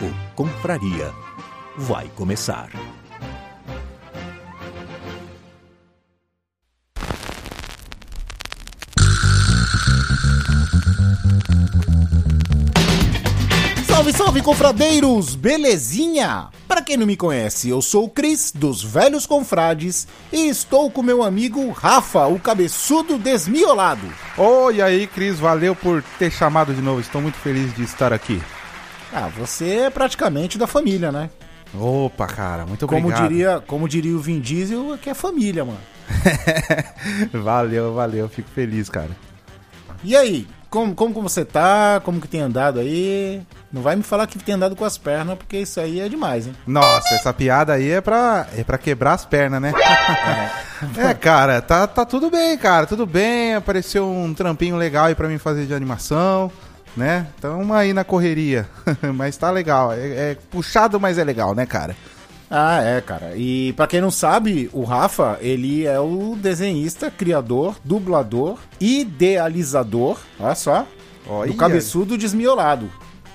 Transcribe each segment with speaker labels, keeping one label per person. Speaker 1: O Confraria vai começar.
Speaker 2: Salve, salve, confradeiros! Belezinha? Para quem não me conhece, eu sou o Cris, dos Velhos Confrades, e estou com meu amigo Rafa, o cabeçudo desmiolado.
Speaker 3: Oi, aí, Cris, valeu por ter chamado de novo. Estou muito feliz de estar aqui.
Speaker 2: Ah, você é praticamente da família, né?
Speaker 3: Opa, cara, muito
Speaker 2: Como
Speaker 3: obrigado.
Speaker 2: diria, como diria o Vin Diesel, aqui é família, mano.
Speaker 3: Valeu, valeu, fico feliz, cara.
Speaker 2: E aí, como, como que você tá? Como que tem andado aí? Não vai me falar que tem andado com as pernas, porque isso aí é demais, hein?
Speaker 3: Nossa, essa piada aí é pra, é pra quebrar as pernas, né? é, cara, tá, tá tudo bem, cara, tudo bem. Apareceu um trampinho legal aí pra mim fazer de animação, né? Tamo aí na correria, mas tá legal. É, é puxado, mas é legal, né, cara?
Speaker 2: Ah, é, cara. E pra quem não sabe, o Rafa, ele é o desenhista, criador, dublador, idealizador, olha só,
Speaker 3: Olha.
Speaker 2: do Cabeçudo Desmiolado.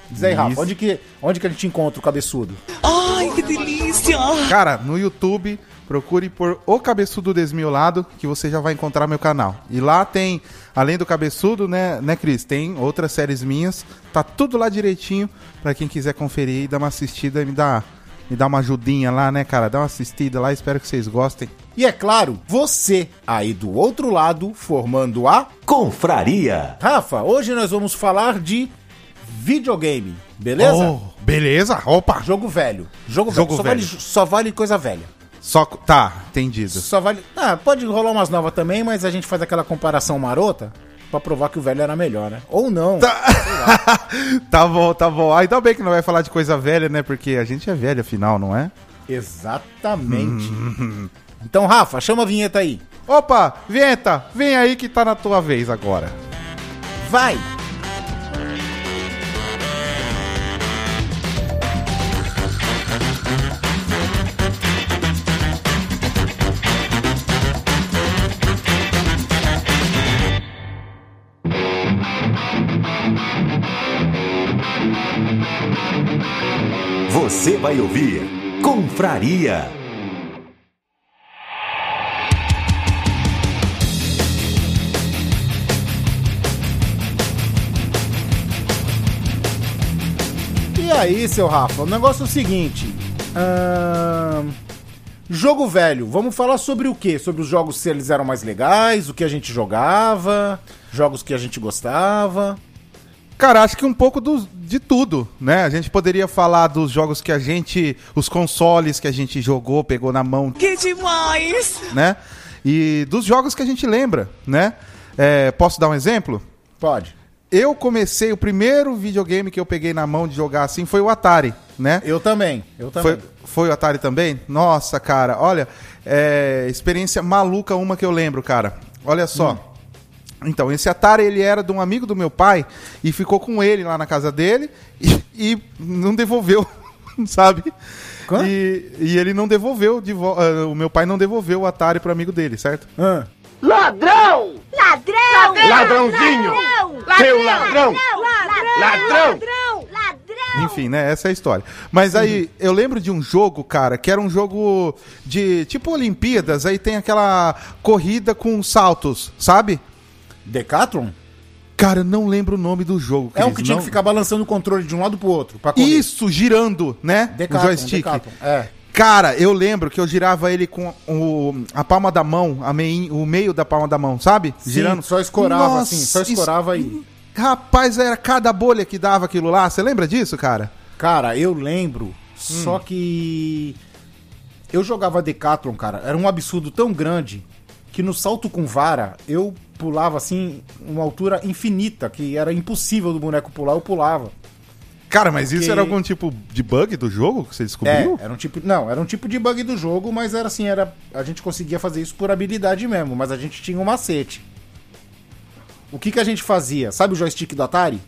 Speaker 2: Diz aí, Rafa,
Speaker 3: Isso.
Speaker 2: onde que, onde que ele te encontra, o Cabeçudo?
Speaker 4: Ai, que delícia!
Speaker 3: Cara, no YouTube, procure por O Cabeçudo Desmiolado, que você já vai encontrar meu canal. E lá tem, além do Cabeçudo, né, né, Cris? Tem outras séries minhas. Tá tudo lá direitinho pra quem quiser conferir e dar uma assistida e me dar, me dar uma ajudinha lá, né, cara? Dá uma assistida lá, espero que vocês gostem.
Speaker 2: E é claro, você aí do outro lado, formando a...
Speaker 1: Confraria!
Speaker 2: Rafa, hoje nós vamos falar de videogame, beleza?
Speaker 3: Oh, beleza? Opa!
Speaker 2: Jogo velho. Jogo velho.
Speaker 3: Jogo
Speaker 2: só,
Speaker 3: velho.
Speaker 2: Vale, só vale coisa velha.
Speaker 3: Só. co- Tá, entendido.
Speaker 2: Só vale. Ah, pode rolar umas novas também, mas a gente faz aquela comparação marota pra provar que o velho era melhor, né? Ou não.
Speaker 3: tá bom, tá bom. Ainda bem que não vai falar de coisa velha, né? Porque a gente é velho, afinal, não é?
Speaker 2: Exatamente. então, Rafa, chama a vinheta aí.
Speaker 3: Opa, Venta, vem aí que tá na tua vez agora.
Speaker 2: Vai!
Speaker 1: Você vai ouvir Confraria.
Speaker 2: E aí, seu Rafa? O negócio é o seguinte. ahn, Jogo velho, vamos falar sobre o quê? Sobre os jogos se eles eram mais legais, o que a gente jogava, jogos que a gente gostava.
Speaker 3: Cara, acho que um pouco dos- de tudo, né? A gente poderia falar dos jogos que a gente. os consoles que a gente jogou, pegou na mão,
Speaker 4: Que demais!
Speaker 3: né? E dos jogos que a gente lembra, né? É, posso dar um exemplo?
Speaker 2: Pode.
Speaker 3: Eu comecei, o primeiro videogame que eu peguei na mão de jogar assim foi o Atari, né?
Speaker 2: Eu também, eu também.
Speaker 3: Foi, foi o Atari também? Nossa, cara, olha, é, experiência maluca uma que eu lembro, cara. Olha só.
Speaker 2: Hum.
Speaker 3: Então, esse Atari, ele era de um amigo do meu pai e ficou com ele lá na casa dele e, e não devolveu, sabe?
Speaker 2: Hã?
Speaker 3: E, e ele não devolveu, de vo- ah, o meu pai não devolveu o Atari pro amigo dele, certo?
Speaker 2: Ahn.
Speaker 5: Ladrão!
Speaker 6: Ladrão!
Speaker 5: Ladrãozinho! Seu ladrão! Ladrão!
Speaker 6: Ladrão! Ladrão!
Speaker 3: Enfim, né? Essa é a história. Mas aí,
Speaker 2: Uhum.
Speaker 3: eu lembro de um jogo, cara, que era um jogo de tipo Olimpíadas, aí tem aquela corrida com saltos, sabe?
Speaker 2: Decathlon?
Speaker 3: Cara, eu não lembro o nome do jogo.
Speaker 2: É um
Speaker 3: Cris,
Speaker 2: que tinha
Speaker 3: não-
Speaker 2: que ficar balançando o controle de um lado pro outro. Pra correr.
Speaker 3: Isso, girando, né?
Speaker 2: Decathlon,
Speaker 3: o joystick.
Speaker 2: Decathlon, é.
Speaker 3: Cara, eu lembro que eu girava ele com o, a palma da mão, a mei- o meio da palma da mão, sabe?
Speaker 2: Sim,
Speaker 3: Girando.
Speaker 2: Só escorava,
Speaker 3: Nossa,
Speaker 2: assim. Só
Speaker 3: isso- hum.
Speaker 2: escorava aí.
Speaker 3: Rapaz, era cada bolha que dava aquilo lá. Você lembra disso, cara?
Speaker 2: Cara, eu lembro,
Speaker 3: Hum.
Speaker 2: só que eu jogava Decathlon, cara, era um absurdo tão grande que no salto com vara eu pulava assim uma altura infinita, que era impossível do boneco pular, eu pulava.
Speaker 3: Cara, mas isso
Speaker 2: Porque-
Speaker 3: era algum tipo de bug do jogo que você
Speaker 2: É,
Speaker 3: descobriu?
Speaker 2: era um tipo, não, era um tipo de bug do jogo, mas era assim, era a gente conseguia fazer isso por habilidade mesmo, mas a gente tinha um macete. O que que a gente fazia? Sabe o joystick do Atari?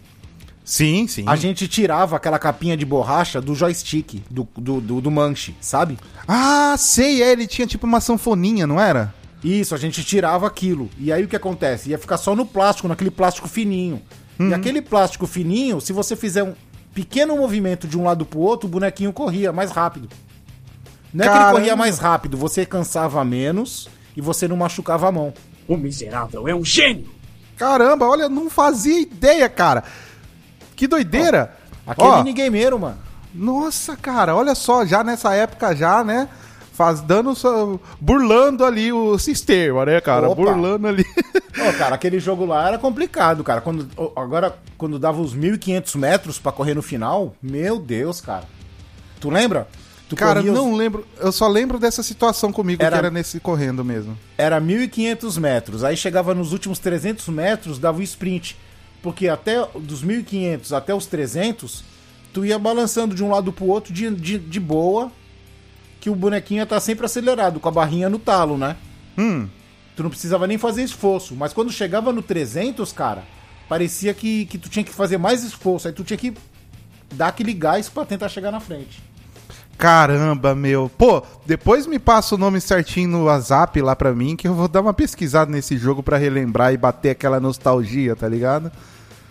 Speaker 3: Sim, sim.
Speaker 2: A gente tirava aquela capinha de borracha do joystick, do, do, do, do manche, sabe?
Speaker 3: Ah, sei, é, ele tinha tipo uma sanfoninha, não era?
Speaker 2: Isso, a gente tirava aquilo. E aí o que acontece? Ia ficar só no plástico, naquele plástico fininho.
Speaker 3: Uhum.
Speaker 2: E aquele plástico fininho, se você fizer um pequeno movimento de um lado pro outro, o bonequinho corria mais rápido. Não é que ele
Speaker 3: Caramba.
Speaker 2: corria mais rápido, você cansava menos e você não machucava a mão.
Speaker 6: O miserável é um gênio!
Speaker 3: Caramba, olha, eu não fazia ideia, cara. Que doideira.
Speaker 2: Aquele
Speaker 3: Ó,
Speaker 2: minigameiro, mano.
Speaker 3: Nossa, cara, olha só, já nessa época já, né? Faz dando só- burlando ali o sistema, né, cara?
Speaker 2: Opa.
Speaker 3: Burlando ali.
Speaker 2: Ô, cara, aquele jogo lá era complicado, cara. Quando, ô, agora, quando dava os 1.500 metros pra correr no final, meu Deus, cara. Tu lembra? Tu
Speaker 3: cara,
Speaker 2: corria os-
Speaker 3: não lembro, eu só lembro dessa situação comigo
Speaker 2: Era-
Speaker 3: que era nesse correndo mesmo.
Speaker 2: era 1.500 metros. Aí chegava nos últimos 300 metros, dava o sprint. Porque até dos 1.500 até os 300, tu ia balançando de um lado pro outro de, de, de boa, que o bonequinho ia estar sempre acelerado, com a barrinha no talo, né?
Speaker 3: Hum.
Speaker 2: Tu não precisava nem fazer esforço. Mas quando chegava no 300, cara, parecia que, que tu tinha que fazer mais esforço. Aí tu tinha que dar aquele gás pra tentar chegar na frente.
Speaker 3: Caramba, meu. Pô, depois me passa o nome certinho no WhatsApp lá pra mim, que eu vou dar uma pesquisada nesse jogo pra relembrar e bater aquela nostalgia, tá ligado?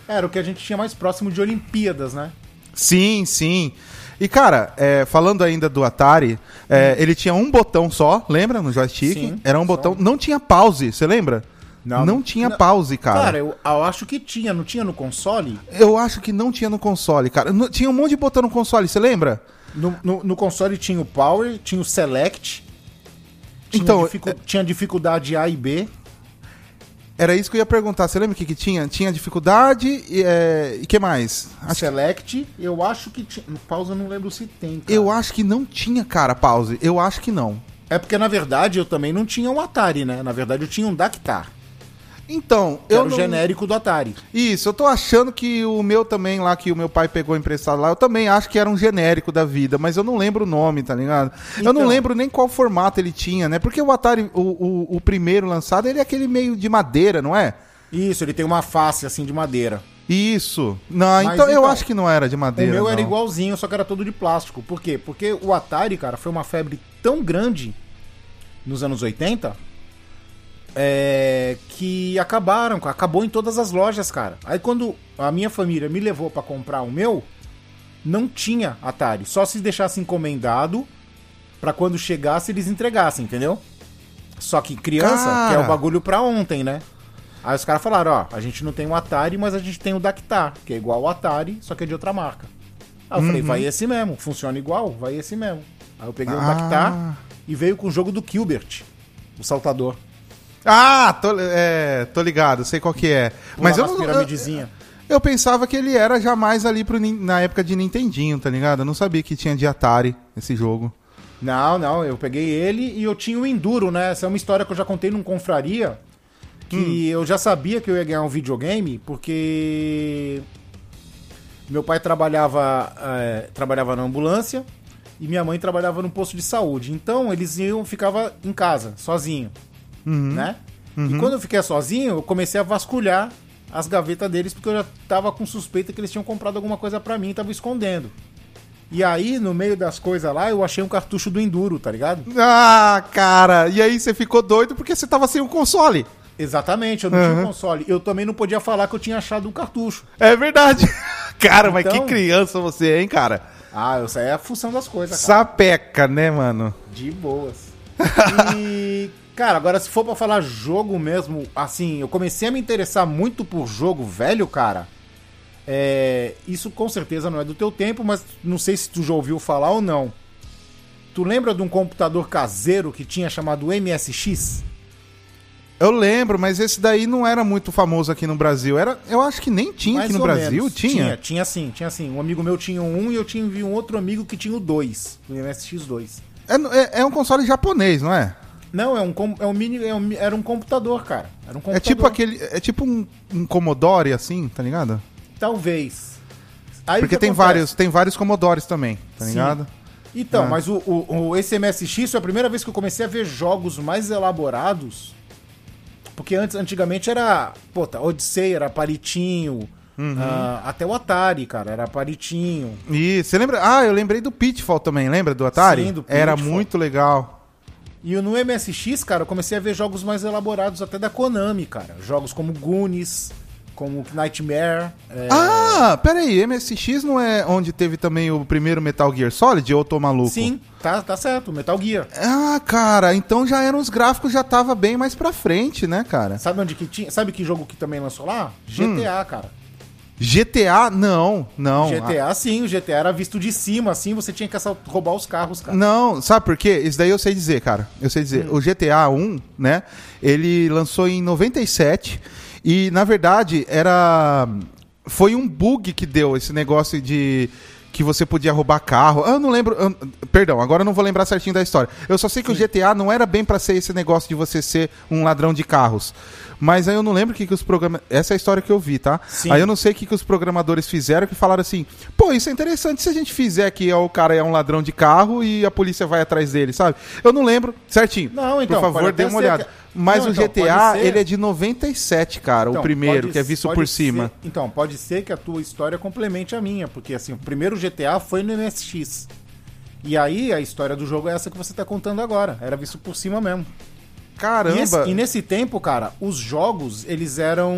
Speaker 2: Era o que a gente tinha mais próximo de Olimpíadas, né?
Speaker 3: Sim, sim. E, cara, é, falando ainda do Atari, é, ele tinha um botão só, lembra? No joystick.
Speaker 2: Hum. Sim,
Speaker 3: Era um botão. Não tinha pause, você lembra?
Speaker 2: Não.
Speaker 3: Não tinha
Speaker 2: Não.
Speaker 3: pause, cara.
Speaker 2: Cara,
Speaker 3: eu...
Speaker 2: eu- eu acho que tinha, não tinha no console?
Speaker 3: acho que não tinha no console, cara. Não- tinha um monte de botão no console, você lembra?
Speaker 2: No, no- no console tinha o Power, tinha o Select. Tinha,
Speaker 3: Então,
Speaker 2: dificu- tinha dificuldade A e B.
Speaker 3: Era isso que eu ia perguntar. Você lembra o que, que tinha? Tinha dificuldade e é, e que mais? Acho que-
Speaker 2: Select, eu acho que tinha. no Pausa, eu não lembro se tem. cara.
Speaker 3: Eu acho que não tinha, cara, pause. Eu acho que não.
Speaker 2: É porque, na verdade, eu também não tinha um Atari, né? Na verdade, eu tinha um Dactar.
Speaker 3: Então,
Speaker 2: Que
Speaker 3: eu
Speaker 2: era
Speaker 3: não...
Speaker 2: o genérico do Atari.
Speaker 3: Isso, eu tô achando que o meu também lá, que o meu pai pegou emprestado lá, eu também acho que era um genérico da vida, mas eu não lembro o nome, tá ligado? eu não
Speaker 2: Então.
Speaker 3: lembro nem qual formato ele tinha, né? Porque o Atari, o, o, o primeiro lançado, ele é aquele meio de madeira, não é?
Speaker 2: Isso, ele tem uma face assim de madeira.
Speaker 3: Isso. Não,
Speaker 2: Mas
Speaker 3: então, eu
Speaker 2: então,
Speaker 3: acho que não era de
Speaker 2: O
Speaker 3: madeira.
Speaker 2: meu era
Speaker 3: não.
Speaker 2: igualzinho, só que era todo de plástico. Por quê? Porque o Atari, cara, foi uma febre tão grande nos anos 80 é, que acabaram, cara. acabou em todas as lojas, cara. Aí quando a minha família me levou pra comprar o meu, não tinha Atari. Só se deixasse encomendado pra quando chegasse eles entregassem, entendeu? Só que criança
Speaker 3: Cara.
Speaker 2: quer o bagulho pra ontem, né? Aí os caras falaram, ó, a gente não tem o Atari, mas a gente tem o Dactar, que é igual o Atari, só que é de outra marca. Aí eu
Speaker 3: Uhum.
Speaker 2: falei, vai esse mesmo, funciona igual, vai esse mesmo. Aí eu peguei o
Speaker 3: Ah.
Speaker 2: Dactar e veio com o jogo do Gilbert, o saltador.
Speaker 3: Ah, tô, é, tô ligado, sei qual que é. mas eu
Speaker 2: nas
Speaker 3: não. Eu,
Speaker 2: piramidezinha.
Speaker 3: eu pensava que ele era jamais ali pro, Nin- na época de Nintendinho, tá ligado? Eu não sabia que tinha de Atari esse jogo.
Speaker 2: Não, não, eu peguei ele e eu tinha o Enduro, né? Essa é uma história que eu já contei num confraria, que eu já sabia que eu ia ganhar um videogame, porque meu pai trabalhava, eh, trabalhava na ambulância e minha mãe trabalhava num posto de saúde. Então eles iam, ficava em casa, sozinho, né? E quando eu fiquei sozinho, eu comecei a vasculhar as gavetas deles, porque eu já tava com suspeita que eles tinham comprado alguma coisa pra mim e tava escondendo. E aí, no meio das coisas lá, eu achei um cartucho do Enduro, tá ligado?
Speaker 3: Ah, cara, e aí você ficou doido porque você tava sem o console.
Speaker 2: Exatamente, eu não tinha console. Eu também não podia falar que eu tinha achado o cartucho.
Speaker 3: É verdade. Cara, mas
Speaker 2: Então-
Speaker 3: que criança você é, hein, cara?
Speaker 2: Ah, eu saí a função das coisas, cara.
Speaker 3: Sapeca, né, mano?
Speaker 2: De boas. E, Cara, agora se for pra falar jogo mesmo, assim, eu comecei a me interessar muito por jogo velho, cara. É, isso com certeza não é do teu tempo, mas não sei se tu já ouviu falar ou não. Tu lembra de um computador caseiro que tinha chamado MSX?
Speaker 3: Eu lembro, mas esse daí não era muito famoso aqui no Brasil. Era, eu acho que nem tinha
Speaker 2: Mais
Speaker 3: aqui no
Speaker 2: ou
Speaker 3: Brasil.
Speaker 2: menos. Tinha,
Speaker 3: Tinha?
Speaker 2: tinha sim, tinha sim. Um amigo meu tinha um e eu tinha um outro amigo que tinha o dois, o MSX2.
Speaker 3: É, é- é um console japonês, não é?
Speaker 2: Não, é um, com- é um mini, é um mi- era um computador, cara. Era um computador.
Speaker 3: É tipo aquele. É tipo um, um Commodore, assim, tá ligado?
Speaker 2: Talvez. Aí o
Speaker 3: Porque
Speaker 2: que
Speaker 3: tem
Speaker 2: acontece?
Speaker 3: vários, tem vários Commodores também, tá
Speaker 2: Sim.
Speaker 3: ligado?
Speaker 2: Então,
Speaker 3: Ah.
Speaker 2: mas o, o, o esse MSX foi a primeira vez que eu comecei a ver jogos mais elaborados. Porque antes, antigamente era, puta, Odyssey era palitinho,
Speaker 3: Uhum.
Speaker 2: ah, até o Atari, cara, era palitinho.
Speaker 3: E você lembra? Ah, eu lembrei do Pitfall também, lembra do Atari?
Speaker 2: Sim, do
Speaker 3: Era
Speaker 2: Pitfall.
Speaker 3: muito legal.
Speaker 2: E no MSX, cara, eu comecei a ver jogos mais elaborados até da Konami, cara. Jogos como Goonies, como Nightmare. é,
Speaker 3: Ah, peraí, MSX não é onde teve também o primeiro Metal Gear Solid? Eu tô maluco?
Speaker 2: Sim, tá, tá certo, Metal Gear.
Speaker 3: Ah, cara, então já eram os gráficos, já tava bem mais pra frente, né, cara?
Speaker 2: Sabe onde que tinha? Sabe que jogo que também lançou
Speaker 3: Hum.
Speaker 2: lá? GTA, cara.
Speaker 3: GTA, não, não.
Speaker 2: GTA, sim, o GTA era visto de cima, assim, você tinha que assal- roubar os carros,
Speaker 3: Ah,
Speaker 2: cara.
Speaker 3: Não, sabe por quê? Isso daí eu sei dizer, cara. Eu sei dizer. O GTA 1, né? Ele lançou em 97 e, na verdade, era. Foi um bug que deu esse negócio de. Que você podia roubar carro. Ah, Eu não lembro. eu- perdão, agora eu não vou lembrar certinho da história. Eu só sei que o GTA não era bem pra ser esse negócio de você ser um ladrão de carros. Mas aí eu não lembro o que, que os programas. Essa é a história que eu vi, tá?
Speaker 2: Sim.
Speaker 3: Aí eu não sei o que, que os programadores fizeram que falaram assim: pô, isso é interessante se a gente fizer que é o cara é um ladrão de carro e a polícia vai atrás dele, sabe? Eu não lembro certinho.
Speaker 2: Não, então,
Speaker 3: Por favor,
Speaker 2: pode
Speaker 3: dê
Speaker 2: até
Speaker 3: uma
Speaker 2: ser
Speaker 3: olhada.
Speaker 2: que-
Speaker 3: Mas
Speaker 2: Não,
Speaker 3: o
Speaker 2: então,
Speaker 3: GTA,
Speaker 2: pode ser-
Speaker 3: ele é de 97, cara,
Speaker 2: Então,
Speaker 3: o primeiro,
Speaker 2: pode
Speaker 3: que é
Speaker 2: ser-
Speaker 3: visto
Speaker 2: pode
Speaker 3: por
Speaker 2: ser-
Speaker 3: cima.
Speaker 2: Então, pode ser que a tua história complemente a minha, porque assim, o primeiro GTA foi no MSX. E aí a história do jogo é essa que você tá contando agora. Era visto por cima mesmo. E, esse-
Speaker 3: Caramba!
Speaker 2: e nesse tempo, cara, os jogos, eles eram.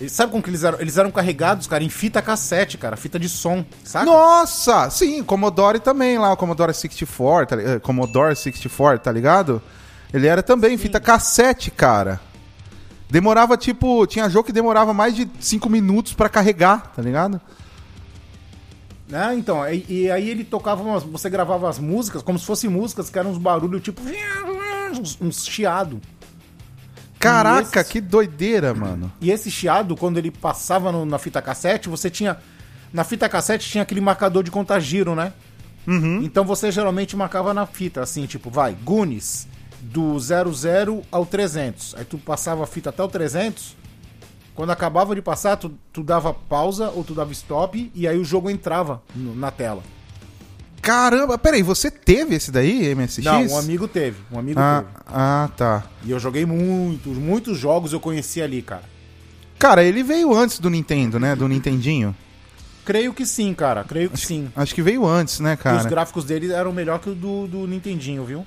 Speaker 2: Eles- Sabe como que eles eram? Eles eram carregados, cara, em fita cassete, cara, fita de som, saca?
Speaker 3: Nossa! Sim, Commodore também lá, o Commodore 64, tá, li- eh, Commodore 64, tá ligado? Ele era também fita cassete, cara. Demorava tipo, tinha jogo que demorava mais de 5 minutos pra carregar, tá ligado?
Speaker 2: Né? Então, e, e aí ele tocava umas, você gravava as músicas como se fossem músicas que eram uns barulhos tipo uns, uns chiado.
Speaker 3: Caraca,
Speaker 2: Esses-
Speaker 3: que doideira, mano.
Speaker 2: E esse chiado quando ele passava no- na fita cassete, você tinha na fita cassete tinha aquele marcador de contagiro, né? Então você geralmente marcava na fita assim, tipo, vai, Gunis do 00 ao 300. Aí tu passava a fita até o 300. Quando acabava de passar, tu, tu dava pausa ou tu dava stop e aí o jogo entrava no- na tela.
Speaker 3: Caramba, peraí, você teve esse daí, MSX?
Speaker 2: Não, um amigo teve. Um amigo
Speaker 3: Ah,
Speaker 2: teve.
Speaker 3: ah, tá.
Speaker 2: E eu joguei muitos, muitos jogos eu conheci ali, cara.
Speaker 3: Cara, ele veio antes do Nintendo, né? Do Nintendinho.
Speaker 2: Creio que sim, cara. Creio que sim.
Speaker 3: Acho que veio antes, né,
Speaker 2: E os
Speaker 3: cara?
Speaker 2: gráficos dele eram melhor que o do, do Nintendinho, viu?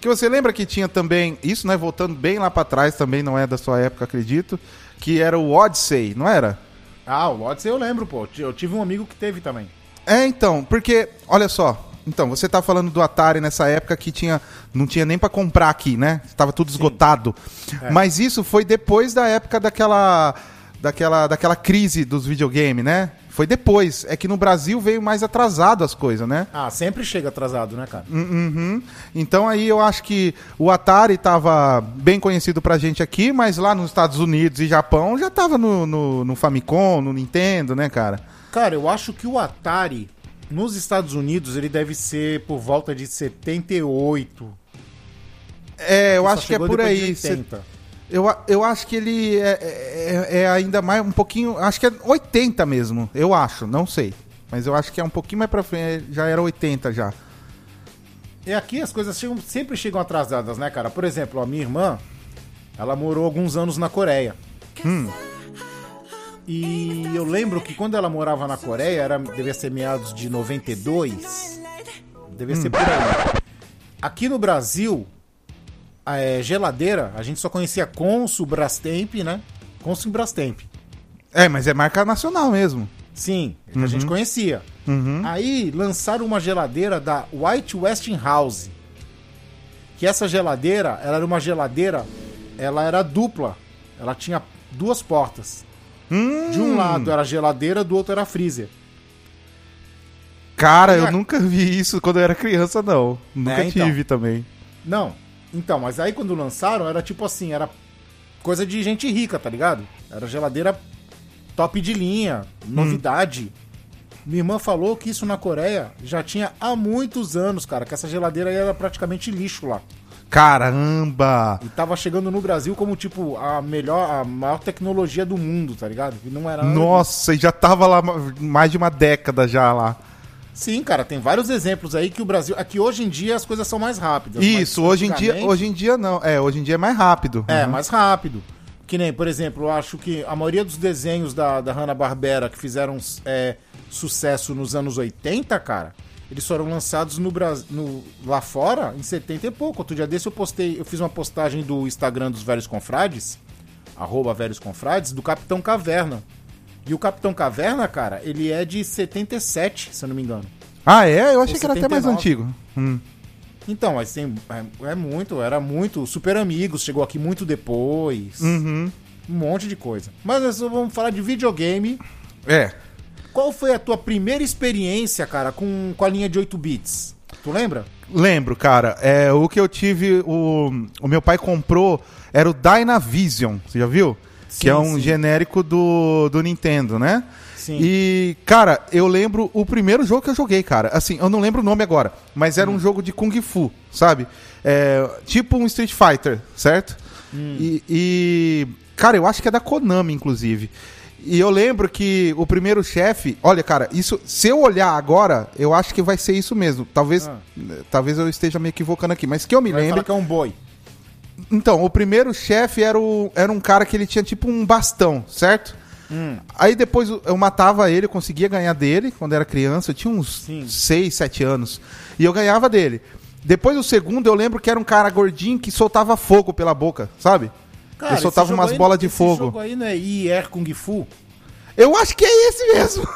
Speaker 3: Que você lembra que tinha também, isso, né, voltando bem lá pra trás, também não é da sua época, acredito, que era o Odyssey, não era?
Speaker 2: Ah, o Odyssey eu lembro, pô. Eu tive um amigo que teve também.
Speaker 3: É, então, porque, olha só. Então, você tá falando do Atari nessa época que tinha, não tinha nem pra comprar aqui, né? Tava tudo esgotado.
Speaker 2: É.
Speaker 3: Mas isso foi depois da época daquela, daquela, daquela crise dos videogames, né? Foi depois. É que no Brasil veio mais atrasado as coisas, né?
Speaker 2: Ah, sempre chega atrasado, né, cara?
Speaker 3: Uhum. Então aí eu acho que o Atari tava bem conhecido pra gente aqui, mas lá nos Estados Unidos e Japão já tava no, no, no Famicom, no Nintendo, né, cara?
Speaker 2: Cara, eu acho que o Atari nos Estados Unidos ele deve ser por volta de 78.
Speaker 3: É, eu
Speaker 2: Só
Speaker 3: acho que é
Speaker 2: chegou
Speaker 3: por
Speaker 2: depois
Speaker 3: aí.
Speaker 2: De
Speaker 3: cê-
Speaker 2: 80.
Speaker 3: Eu, a- eu acho que ele é, é- é- é ainda mais um pouquinho. Acho que é 80 mesmo, eu acho, não sei. Mas eu acho que é um pouquinho mais pra frente, já era 80 já.
Speaker 2: É aqui as coisas chegam- sempre chegam atrasadas, né, cara? Por exemplo, a minha irmã, ela morou alguns anos na Coreia. E eu lembro que quando ela morava na Coreia, era, devia ser meados de 92. Devia ser por aí. Aqui no Brasil, a é, geladeira, a gente só conhecia Consul, Brastemp, né? Consul e Brastemp.
Speaker 3: É, mas é marca nacional mesmo.
Speaker 2: Sim, a gente conhecia. Aí lançaram uma geladeira da White Westinghouse. que essa geladeira, ela era uma geladeira, ela era dupla. Ela tinha duas portas. De um lado era geladeira, do outro era freezer.
Speaker 3: Cara, eu nunca vi isso quando eu era criança, não. Nunca
Speaker 2: É. então.
Speaker 3: tive também.
Speaker 2: Não. Então, mas aí quando lançaram, era tipo assim, era coisa de gente rica, tá ligado? Era geladeira top de linha,
Speaker 3: Hum.
Speaker 2: novidade. Minha irmã falou que isso na Coreia já tinha há muitos anos, cara, que essa geladeira aí era praticamente lixo lá.
Speaker 3: Caramba!
Speaker 2: E tava chegando no Brasil como, tipo, a melhor, a maior tecnologia do mundo, tá ligado? E não era.
Speaker 3: Nossa, e já tava lá ma- mais de uma década já lá.
Speaker 2: Sim, cara, tem vários exemplos aí que o Brasil. Aqui hoje em dia as coisas são mais rápidas.
Speaker 3: Isso,
Speaker 2: mas
Speaker 3: hoje em dia,
Speaker 2: antigamente-
Speaker 3: hoje em dia não. É, hoje em dia é mais rápido.
Speaker 2: É,
Speaker 3: Uhum.
Speaker 2: mais rápido. Que nem, por exemplo, eu acho que a maioria dos desenhos da, da Hanna-Barbera que fizeram é, sucesso nos anos 80, cara, eles foram lançados no Brasil, lá fora em 70 e pouco. Outro dia desse eu postei, eu fiz uma postagem do Instagram dos Velhos Confrades, arroba Velhos Confrades, do Capitão Caverna. E o Capitão Caverna, cara, ele é de 77, se eu não me engano.
Speaker 3: Ah, é? Eu achei que era até mais
Speaker 2: 79.
Speaker 3: antigo. Hum.
Speaker 2: Então, mas tem. É, é muito, era muito. Super Amigos chegou aqui muito depois.
Speaker 3: Uhum.
Speaker 2: Um monte de coisa. Mas nós só vamos falar de videogame.
Speaker 3: É.
Speaker 2: Qual foi a tua primeira experiência, cara, com, com a linha de 8 bits? Tu lembra?
Speaker 3: Lembro, cara. É, o que eu tive, o, o meu pai comprou era o Dynavision, você já viu? que é um
Speaker 2: sim.
Speaker 3: genérico do, do Nintendo, né?
Speaker 2: Sim.
Speaker 3: E, cara, eu lembro o primeiro jogo que eu joguei, cara. Assim, eu não lembro o nome agora, mas
Speaker 2: Hum.
Speaker 3: era um jogo de Kung Fu, sabe? É, tipo um Street Fighter, certo?
Speaker 2: Hum.
Speaker 3: E, e, cara, eu acho que é da Konami, inclusive. E eu lembro que o primeiro chefe, olha, cara, isso, se eu olhar agora, eu acho que vai ser isso mesmo. Talvez, talvez eu esteja me equivocando aqui, mas que eu me
Speaker 2: Ah. Vai
Speaker 3: lembro.
Speaker 2: falar que é um boi.
Speaker 3: Então, o primeiro chefe era, o, era um cara que ele tinha tipo um bastão, certo?
Speaker 2: Hum.
Speaker 3: Aí depois eu matava ele, eu conseguia ganhar dele quando era criança, eu tinha uns
Speaker 2: Sim.
Speaker 3: 6, 7 anos. E eu ganhava dele. Depois o segundo eu lembro que era um cara gordinho que soltava fogo pela boca, sabe? ele soltava
Speaker 2: esse
Speaker 3: umas
Speaker 2: jogo aí-
Speaker 3: bolas de
Speaker 2: esse
Speaker 3: fogo.
Speaker 2: jogo aí não é IR Kung Fu?
Speaker 3: Eu acho que é esse mesmo.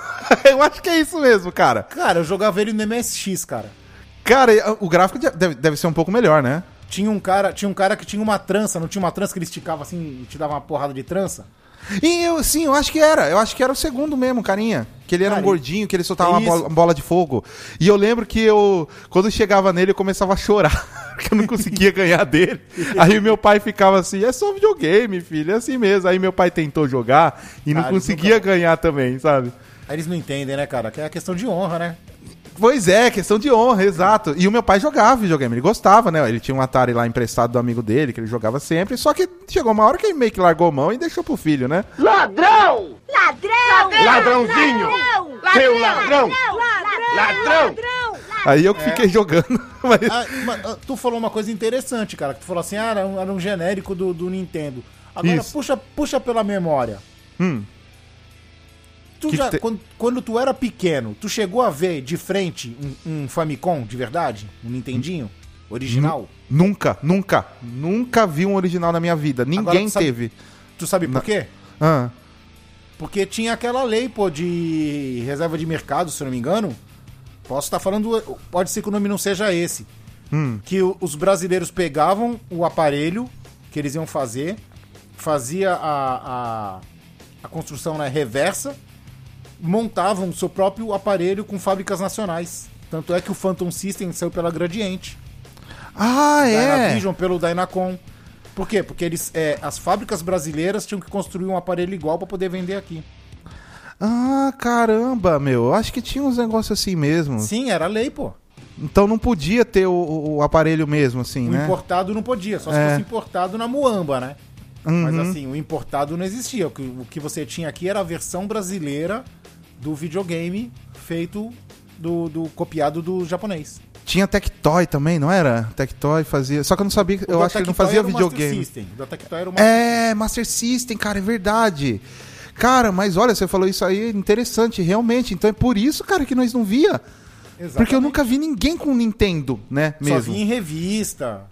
Speaker 3: eu acho que é isso mesmo, cara.
Speaker 2: Cara, eu jogava ele no MSX, cara.
Speaker 3: Cara, ah, o gráfico de- deve, deve ser um pouco melhor, né?
Speaker 2: Tinha um cara, tinha um cara que tinha uma trança, não tinha uma trança que ele esticava assim e te dava uma porrada de trança?
Speaker 3: E eu, sim, eu acho que era. Eu acho que era o segundo mesmo, carinha. Que ele era
Speaker 2: Cara,
Speaker 3: um gordinho, que ele soltava uma
Speaker 2: isso.
Speaker 3: bola, uma bola de fogo. E eu lembro que eu, quando eu chegava nele, eu começava a chorar. Porque eu não conseguia ganhar dele. Aí meu pai ficava assim: é só videogame, filho, é assim mesmo. Aí meu pai tentou jogar e não
Speaker 2: Cara,
Speaker 3: conseguia ganhar também, sabe?
Speaker 2: Aí eles não entendem, né, cara? Que é a questão de honra, né?
Speaker 3: Pois é, questão de honra, exato. E o meu pai jogava videogame, ele gostava, né? Ele tinha um Atari lá emprestado do amigo dele, que ele jogava sempre. Só que chegou uma hora que ele meio que largou a mão e deixou pro filho, né?
Speaker 5: Ladrão!
Speaker 4: Ladrão!
Speaker 5: Ladrãozinho! Seu ladrão! Ladrão!
Speaker 3: Aí
Speaker 2: É.
Speaker 3: eu que fiquei jogando. Mas...
Speaker 2: Ah, ma- ah, tu falou uma coisa interessante, cara. Que tu falou assim, ah, era um, era um genérico do, do Nintendo. Agora
Speaker 3: Isso.
Speaker 2: puxa, puxa pela memória.
Speaker 3: Hum.
Speaker 2: Tu
Speaker 3: Que
Speaker 2: já,
Speaker 3: que te-
Speaker 2: quando, quando tu era pequeno, tu chegou a ver de frente um, um Famicom de verdade? Um Nintendinho?
Speaker 3: Hum.
Speaker 2: Original?
Speaker 3: Nunca, nunca, nunca vi um original na minha vida. Ninguém
Speaker 2: tu sabe-
Speaker 3: teve.
Speaker 2: Tu sabe por
Speaker 3: Não.
Speaker 2: quê?
Speaker 3: Ah,
Speaker 2: Porque tinha aquela lei, pô, de reserva de mercado, se eu não me engano. Posso estar falando. Pode ser que o nome não seja esse. Que o- os brasileiros pegavam o aparelho que eles iam fazer, fazia a, a, a construção né, reversa, montavam o seu próprio aparelho com fábricas nacionais. Tanto é que o Phantom System saiu pela Gradiente.
Speaker 3: ah é.
Speaker 2: Dynavision pelo Dynacon. Por quê? Porque eles, é, as fábricas brasileiras tinham que construir um aparelho igual para poder vender aqui.
Speaker 3: Ah, caramba, meu. eu Acho que tinha uns negócios assim mesmo.
Speaker 2: Sim, era lei, pô.
Speaker 3: Então não podia ter o, o- o aparelho mesmo, assim,
Speaker 2: O
Speaker 3: né?
Speaker 2: importado não podia, só se
Speaker 3: É. Uhum.
Speaker 2: fosse importado na Muamba, né? Mas assim, o importado não existia. O que, o que você tinha aqui era a versão brasileira do videogame feito do, do copiado do japonês.
Speaker 3: Tinha Tectoy também, não era? Tectoy fazia. Só que eu não sabia.
Speaker 2: O
Speaker 3: eu
Speaker 2: da
Speaker 3: acho que ele não
Speaker 2: Tectoy
Speaker 3: fazia
Speaker 2: era o Master
Speaker 3: videogame.
Speaker 2: System. O da Tectoy era uma...
Speaker 3: É, Master System, cara, é verdade. Cara, mas olha, você falou isso aí, é interessante, realmente. Então é por isso, cara, que nós não via. Porque eu nunca vi ninguém com Nintendo, né?
Speaker 2: Só
Speaker 3: Mesmo.
Speaker 2: vi em revista.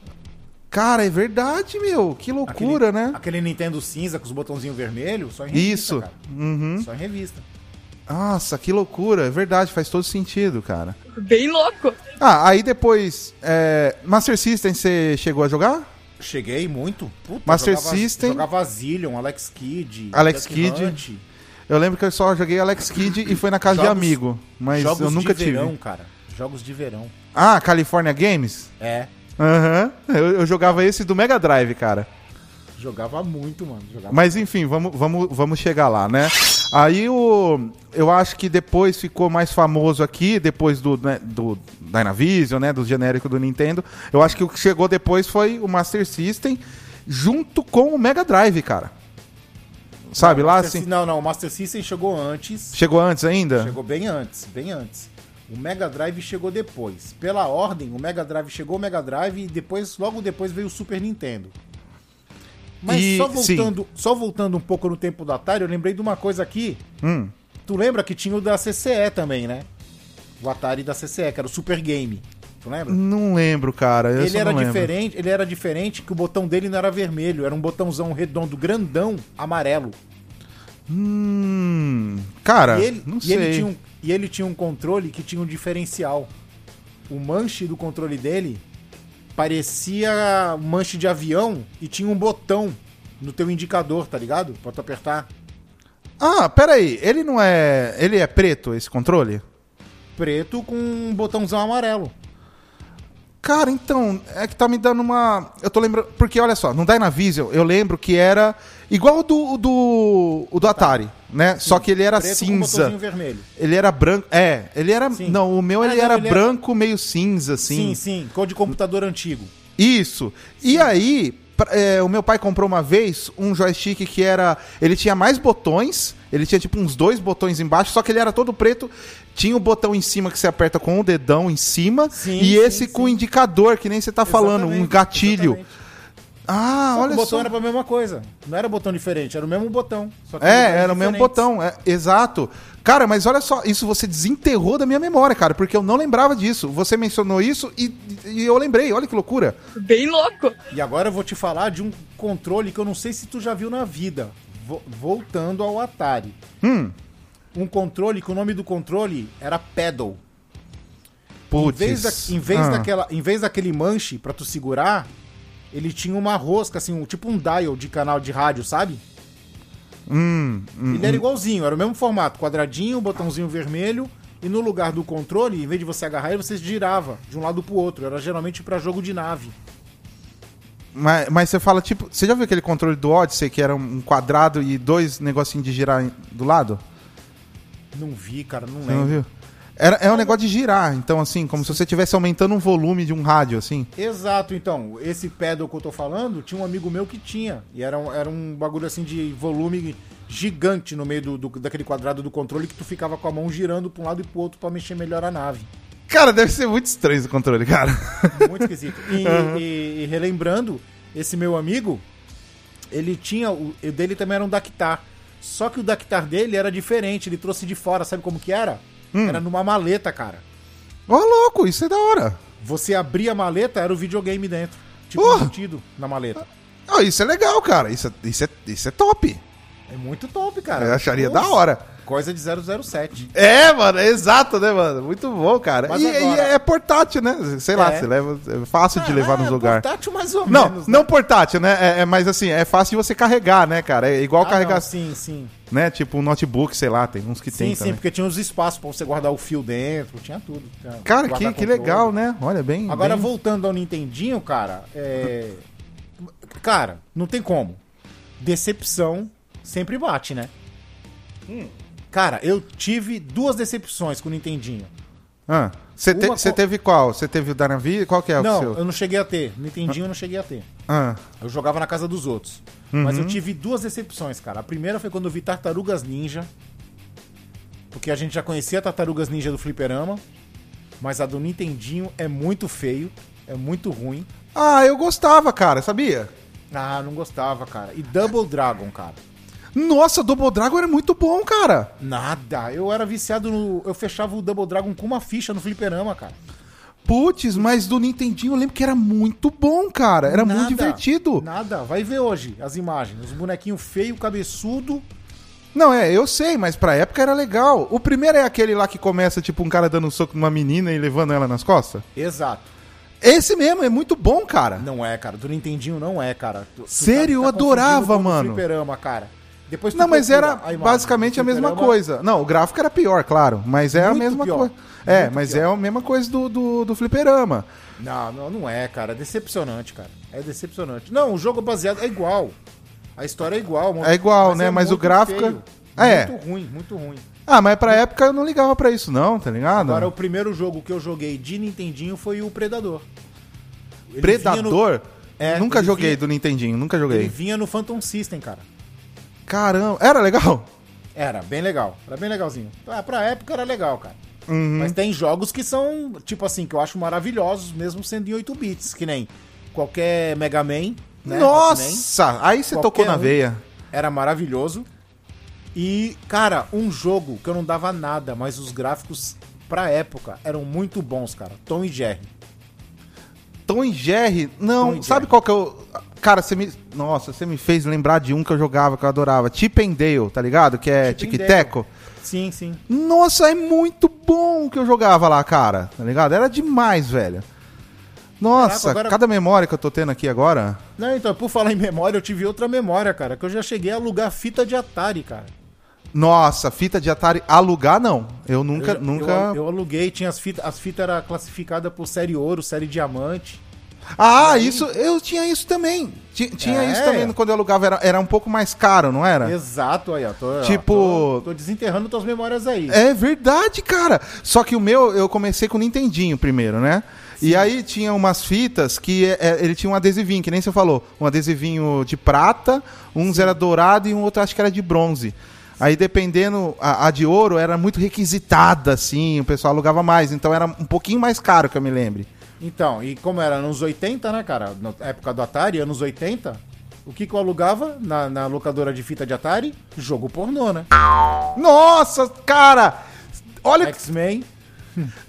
Speaker 3: Cara, é verdade, meu. Que loucura,
Speaker 2: aquele,
Speaker 3: né?
Speaker 2: Aquele Nintendo cinza com os botãozinhos vermelhos, só em revista,
Speaker 3: Isso.
Speaker 2: cara.
Speaker 3: Uhum.
Speaker 2: Só em revista.
Speaker 3: Nossa, que loucura. É verdade, faz todo sentido, cara.
Speaker 7: Bem louco.
Speaker 3: Ah, aí depois. é, Master System, você chegou a jogar?
Speaker 2: Cheguei muito. Puta,
Speaker 3: Master
Speaker 2: jogava-
Speaker 3: System.
Speaker 2: Jogava Zillion, Alex Kidd.
Speaker 3: Alex
Speaker 2: Duck
Speaker 3: Kidd.
Speaker 2: Hunt.
Speaker 3: Eu lembro que eu só joguei Alex Kidd e foi na casa de
Speaker 2: Jogos-
Speaker 3: amigo. Mas
Speaker 2: Jogos
Speaker 3: eu nunca
Speaker 2: de
Speaker 3: tive.
Speaker 2: verão, cara. Jogos de verão.
Speaker 3: Ah, California Games?
Speaker 2: É.
Speaker 3: Aham. Eu, eu jogava esse do Mega Drive, cara.
Speaker 2: Jogava muito, mano. Jogava
Speaker 3: Mas enfim, vamos, vamos, vamos chegar lá, né? Aí o. Eu acho que depois ficou mais famoso aqui, depois do, né, do Dynavision, né? Do genérico do Nintendo. Eu acho que o que chegou depois foi o Master System junto com o Mega Drive, cara. Sabe, lá
Speaker 2: Master
Speaker 3: assim.
Speaker 2: Sy- Não, não. O Master System chegou antes.
Speaker 3: Chegou antes ainda?
Speaker 2: Chegou bem antes, bem antes. O Mega Drive chegou depois. Pela ordem, o Mega Drive chegou o Mega Drive e depois, logo depois veio o Super Nintendo. Mas
Speaker 3: E-
Speaker 2: só, voltando, só voltando um pouco no tempo do Atari, eu lembrei de uma coisa aqui.
Speaker 3: Hum.
Speaker 2: Tu lembra que tinha o da CCE também, né? O Atari da CCE, que era o Super Game. Tu lembra?
Speaker 3: Não lembro, cara. Eu
Speaker 2: ele
Speaker 3: só
Speaker 2: era
Speaker 3: não lembro.
Speaker 2: diferente, ele era diferente que o botão dele não era vermelho, era um botãozão redondo, grandão, amarelo.
Speaker 3: Hum. Cara,
Speaker 2: E ele,
Speaker 3: não
Speaker 2: e
Speaker 3: sei.
Speaker 2: ele tinha um, e ele tinha um controle que tinha um diferencial. O manche do controle dele parecia um manche de avião e tinha um botão no teu indicador, tá ligado? Pra tu apertar.
Speaker 3: Ah, peraí. Ele não é. Ele é preto, esse controle?
Speaker 2: Preto com um botãozão amarelo.
Speaker 3: Cara, então, é que tá me dando uma. Eu tô lembrando. Porque, olha só, no Dynavision, eu lembro que era igual o do, o do, o do Atari, né? Só que ele era
Speaker 2: Tá. Preto um
Speaker 3: cinza.
Speaker 2: botãozinho vermelho.
Speaker 3: Ele era branco. É, ele era.
Speaker 2: Sim.
Speaker 3: Não, o meu
Speaker 2: Ah,
Speaker 3: ele
Speaker 2: não,
Speaker 3: era
Speaker 2: ele era-
Speaker 3: branco, meio cinza,
Speaker 2: Sim,
Speaker 3: assim.
Speaker 2: sim, cor de computador antigo.
Speaker 3: Isso. E aí, pra- é, o meu pai comprou uma vez um joystick que era. Ele tinha mais botões. Ele tinha tipo uns dois botões embaixo, só que ele era todo preto. Tinha o botão em cima que você aperta com o dedão em cima.
Speaker 2: Sim,
Speaker 3: e
Speaker 2: sim,
Speaker 3: esse com o
Speaker 2: sim.
Speaker 3: indicador, que nem você tá falando, um
Speaker 2: Exatamente,
Speaker 3: gatilho.
Speaker 2: exatamente.
Speaker 3: Ah,
Speaker 2: Só que
Speaker 3: olha
Speaker 2: o botão
Speaker 3: só.
Speaker 2: era pra mesma coisa. Não era botão diferente, era o mesmo botão. só que
Speaker 3: É,
Speaker 2: lugares
Speaker 3: era o mesmo
Speaker 2: diferentes.
Speaker 3: botão, é, exato. Cara, mas olha só, isso você desenterrou da minha memória, cara, porque eu não lembrava disso. Você mencionou isso e, e eu lembrei, olha que loucura.
Speaker 7: Bem louco.
Speaker 2: E agora eu vou te falar de um controle que eu não sei se tu já viu na vida. Vo- voltando ao Atari.
Speaker 3: Hum.
Speaker 2: Um controle que o nome do controle era Pedal. Em
Speaker 3: Putz.
Speaker 2: vez, da- em vez
Speaker 3: Ah.
Speaker 2: daquela, em vez daquele manche pra tu segurar, ele tinha uma rosca, assim, um- tipo um dial de canal de rádio, sabe?
Speaker 3: Hum,
Speaker 2: Ele era igualzinho, era o mesmo formato, quadradinho, botãozinho vermelho, e no lugar do controle, em vez de você agarrar ele, você girava de um lado pro outro. Era geralmente pra jogo de nave.
Speaker 3: Mas, mas você fala, tipo, você já viu aquele controle do Odyssey que era um quadrado e dois negocinhos de girar em- do lado?
Speaker 2: Não vi, cara, não
Speaker 3: Você não
Speaker 2: lembro.
Speaker 3: viu? Era, é um negócio de girar, então assim, como se você estivesse aumentando um volume de um rádio, assim.
Speaker 2: Exato, então. Esse pedal que eu tô falando, tinha um amigo meu que tinha. E era um, era um bagulho assim de volume gigante no meio do, do- daquele quadrado do controle que tu ficava com a mão girando pra um lado e pro outro pra mexer melhor a nave.
Speaker 3: Cara, deve ser muito estranho esse controle, cara.
Speaker 2: Muito esquisito. E, e- e relembrando, esse meu amigo, ele tinha. O o dele também era um Dactar. Só que o Dactar dele era diferente, ele trouxe de fora, sabe como que era? Era numa maleta, cara.
Speaker 3: Ô, louco, isso é da hora.
Speaker 2: Você abria a maleta, era o videogame dentro. Tipo,
Speaker 3: Porra!
Speaker 2: embutido na maleta.
Speaker 3: Ó, isso é legal, cara. Isso, é- isso, é, isso é top.
Speaker 2: É muito top, cara.
Speaker 3: Eu acharia
Speaker 2: Nossa,
Speaker 3: da hora.
Speaker 2: Coisa de 007.
Speaker 3: É, mano, é exato, né, mano? Muito bom, cara.
Speaker 2: Mas
Speaker 3: E,
Speaker 2: agora-
Speaker 3: e é portátil, né? Sei lá,
Speaker 2: É.
Speaker 3: você leva. É fácil de levar nos lugares.
Speaker 2: Ah, Portátil mais ou
Speaker 3: Não,
Speaker 2: menos.
Speaker 3: não portátil, né? É, é, mas assim, é fácil de você carregar, né, cara? É igual carregar,
Speaker 2: Ah, Sim, sim.
Speaker 3: né? Tipo um notebook, sei lá, tem uns que
Speaker 2: Sim,
Speaker 3: tem
Speaker 2: sim,
Speaker 3: também.
Speaker 2: porque tinha os espaços pra você guardar o fio dentro, tinha tudo. Tinha
Speaker 3: Cara,
Speaker 2: guardar
Speaker 3: que, que
Speaker 2: controle.
Speaker 3: legal, né? Olha, bem...
Speaker 2: Agora,
Speaker 3: bem...
Speaker 2: voltando ao Nintendinho, cara, é... Cara, não tem como. Decepção sempre bate, né? Cara, eu tive duas decepções com o Nintendinho.
Speaker 3: Ah, Você te-
Speaker 2: Uma
Speaker 3: você
Speaker 2: co-
Speaker 3: teve qual? Você teve o Danavi? Qual que é o
Speaker 2: não,
Speaker 3: seu?
Speaker 2: eu não cheguei a ter. Nintendinho eu não cheguei a ter.
Speaker 3: Ah,
Speaker 2: Eu jogava na casa dos outros. Mas
Speaker 3: Uhum.
Speaker 2: eu tive duas decepções, cara. A primeira foi quando eu vi Tartarugas Ninja. Porque a gente já conhecia Tartarugas Ninja do Fliperama. Mas a do Nintendinho é muito feio. É muito ruim.
Speaker 3: Ah, eu gostava, cara, sabia?
Speaker 2: Ah, não gostava, cara. E Double Dragon, cara.
Speaker 3: Nossa, Double Dragon era muito bom, cara.
Speaker 2: Nada. Eu era viciado no. Eu fechava o Double Dragon com uma ficha no Fliperama, cara.
Speaker 3: Putz, mas do Nintendinho eu lembro que era muito bom, cara. Era muito
Speaker 2: Nada,
Speaker 3: divertido.
Speaker 2: Nada. Vai ver hoje as imagens. Os bonequinhos feios, cabeçudo.
Speaker 3: Não, é, eu sei, mas pra época era legal. O primeiro é aquele lá que começa, tipo, um cara dando um soco numa menina e levando ela nas costas.
Speaker 2: Exato.
Speaker 3: Esse mesmo, é muito bom, cara.
Speaker 2: Não é, cara. Do Nintendinho não é, cara. Tu- tu
Speaker 3: Sério? Eu
Speaker 2: confundindo
Speaker 3: adorava,
Speaker 2: com o
Speaker 3: mano.
Speaker 2: Fliperama, cara. Depois tu
Speaker 3: Não, mas
Speaker 2: procura
Speaker 3: era
Speaker 2: Tipo a imagem.
Speaker 3: basicamente a mesma
Speaker 2: Fliperama-
Speaker 3: coisa. Não, o gráfico era pior, claro, mas é a
Speaker 2: Muito
Speaker 3: mesma
Speaker 2: pior.
Speaker 3: coisa. É,
Speaker 2: Muito
Speaker 3: mas
Speaker 2: pior.
Speaker 3: é a mesma coisa do, do, do fliperama.
Speaker 2: Não, não, não é, cara. É decepcionante, cara. É decepcionante. Não, o jogo baseado é igual. A história é igual.
Speaker 3: É igual, né? Mas o
Speaker 2: muito
Speaker 3: gráfico é-
Speaker 2: feio.
Speaker 3: É.
Speaker 2: Muito ruim, muito ruim.
Speaker 3: Ah, mas pra época eu não ligava pra isso não, tá ligado?
Speaker 2: Agora, o primeiro jogo que eu joguei de Nintendinho foi o Predador. Ele vinha
Speaker 3: Predador?
Speaker 2: É,
Speaker 3: nunca
Speaker 2: ele
Speaker 3: joguei
Speaker 2: vinha-
Speaker 3: do Nintendinho, nunca
Speaker 2: no- ele
Speaker 3: joguei.
Speaker 2: vinha no Phantom System, cara.
Speaker 3: Caramba, era legal?
Speaker 2: Era bem legal. Era bem legalzinho. Ah, pra época era legal, cara.
Speaker 3: Hum. Uhum.
Speaker 2: Mas tem jogos que são, tipo assim, que eu acho maravilhosos, mesmo sendo em 8 bits, que nem qualquer Mega Man. né? Pac-Man.
Speaker 3: Nossa, aí você
Speaker 2: Qualquer
Speaker 3: tocou na
Speaker 2: um.
Speaker 3: veia.
Speaker 2: Era maravilhoso. E, cara, um jogo que eu não dava nada, mas os gráficos pra época eram muito bons, cara. Tom e Jerry.
Speaker 3: Tom e Jerry, não,
Speaker 2: Tom e
Speaker 3: sabe
Speaker 2: Jerry.
Speaker 3: qual que eu. Cara, você me. Nossa, você me fez lembrar de um que eu jogava, que eu adorava. Chip and Dale, tá ligado? Que é
Speaker 2: Chip and
Speaker 3: tic-teco.
Speaker 2: Sim, sim.
Speaker 3: Nossa, é muito bom o que eu jogava lá, cara. Tá ligado? Era demais, velho. Nossa,
Speaker 2: Caraca, agora-
Speaker 3: cada memória que eu tô tendo aqui agora.
Speaker 2: Não, então, por falar em memória, eu tive outra memória, cara, que eu já cheguei a alugar fita de Atari, cara.
Speaker 3: Nossa, fita de Atari alugar não. Eu nunca,
Speaker 2: eu, já-
Speaker 3: nunca.
Speaker 2: Eu, eu aluguei, tinha as fitas, as fitas era classificada por série ouro, série diamante.
Speaker 3: Ah, isso, eu tinha isso também. Ti- Tinha
Speaker 2: É.
Speaker 3: isso também quando eu alugava, era, era um pouco mais caro, não era?
Speaker 2: Exato, aí, ó. Tô, ó,
Speaker 3: É. Tipo-
Speaker 2: tô, tô desenterrando tuas memórias aí.
Speaker 3: É verdade, cara. Só que o meu, eu comecei com o Nintendinho primeiro, né? E aí tinha umas fitas que é, é, ele tinha um adesivinho, que nem você falou. Um adesivinho de prata, uns era dourado e um outro acho que era de bronze. Aí dependendo, a, a de ouro era muito requisitada, assim, o pessoal alugava mais. Então era um pouquinho mais caro, que eu me lembre.
Speaker 2: Então, e como era nos 80, né, cara? Na época do Atari, anos 80, o que, que eu alugava na, na locadora de fita de Atari? Jogo pornô, né?
Speaker 3: Nossa, cara! Olha,
Speaker 2: X-Men.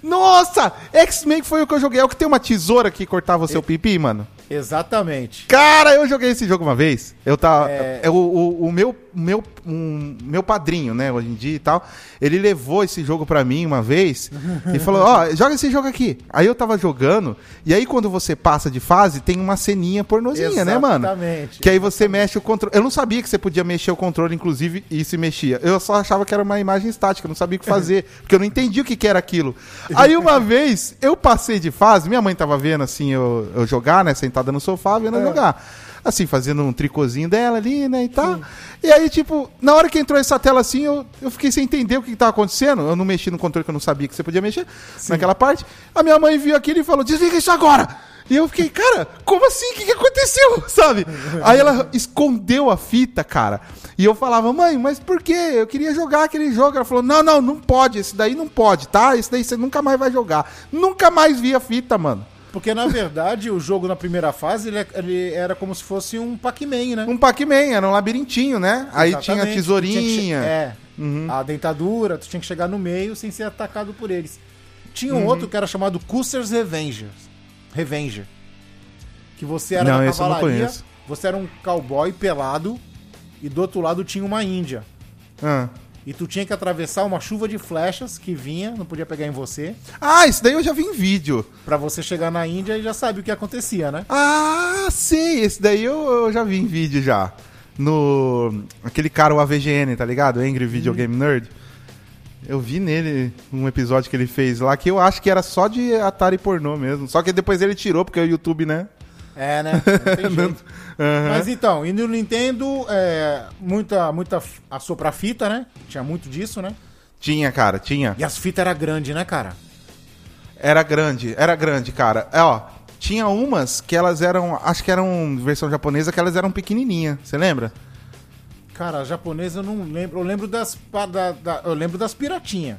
Speaker 3: nossa! X-Men foi o que eu joguei. É o que tem uma tesoura que cortava o seu pipi, mano?
Speaker 2: Exatamente.
Speaker 3: Cara, eu joguei esse jogo uma vez. Eu tava.
Speaker 2: É.
Speaker 3: é o, o- o meu, meu, um- meu padrinho, né, hoje em dia e tal. Ele levou esse jogo pra mim uma vez e falou: Ó, joga esse jogo aqui. Aí eu tava jogando, e aí quando você passa de fase, tem uma ceninha pornozinha, né, mano?
Speaker 2: Exatamente.
Speaker 3: Que aí você mexe o controle. Eu não sabia que você podia mexer o controle, inclusive, e se mexia. Eu só achava que era uma imagem estática, eu não sabia o que fazer, porque eu não entendi o que, que era aquilo. Aí uma vez eu passei de fase, minha mãe tava vendo assim eu, eu jogar, né? Sentada no sofá, vendo eu jogar. Assim, fazendo um tricôzinho dela ali, né? E tal. E aí, tipo, na hora que entrou essa tela assim, eu, eu fiquei sem entender o que, que tava acontecendo. Eu não mexi no controle que eu não sabia que você podia mexer naquela parte. A minha mãe viu aquilo e falou: desliga isso agora! E eu fiquei, cara, como assim? O que, que aconteceu? Sabe? Aí ela escondeu a fita, cara. E eu falava, mãe, mas por quê? Eu queria jogar aquele jogo. Ela falou, não, não, não pode. Esse daí não pode, tá? Esse daí você nunca mais vai jogar. Nunca mais vi a fita, mano.
Speaker 2: Porque, na verdade, o jogo na primeira fase, ele, é, ele era como se fosse um Pac-Man, né?
Speaker 3: Um Pac-Man, era um labirintinho, né? Aí tinha a
Speaker 2: Exatamente. Tu tinha que che-
Speaker 3: tesourinha. Uhum.
Speaker 2: é. A dentadura, tu tinha que chegar no meio sem ser atacado por eles. Tinha um
Speaker 3: Uhum.
Speaker 2: outro que era chamado Custer's Revenger. Revenger. Que você era
Speaker 3: Não,
Speaker 2: da
Speaker 3: esse eu não
Speaker 2: cavalaria,
Speaker 3: conheço.
Speaker 2: você era um cowboy pelado e do outro lado tinha uma índia. é.
Speaker 3: Ah.
Speaker 2: E tu tinha que atravessar uma chuva de flechas que vinha, não podia pegar em você,
Speaker 3: Ah, esse daí eu já vi em vídeo.
Speaker 2: Pra você chegar na Índia e já sabe o que acontecia, né?
Speaker 3: Ah, sei, esse daí eu, eu já vi em vídeo já. No. Aquele cara, o AVGN, tá ligado? Angry
Speaker 2: Uhum.
Speaker 3: Video Game Nerd. Eu vi nele um episódio que ele fez lá que eu acho que era só de Atari pornô mesmo. Só que depois ele tirou, porque o YouTube, né?
Speaker 2: É, né? Não tem jeito.
Speaker 3: Aham.
Speaker 2: Mas então, e no Nintendo, é, muita, muita f- a fita, né? Tinha muito disso, né?
Speaker 3: Tinha, cara, tinha.
Speaker 2: E as fitas eram grandes, né, cara?
Speaker 3: Era grande, era grande, cara. É, ó, tinha umas que elas eram. Acho que eram versão japonesa que elas eram pequenininha. Você lembra?
Speaker 2: Cara, a japonesa eu não lembro. Eu lembro das, pa- da- da- eu lembro das piratinhas.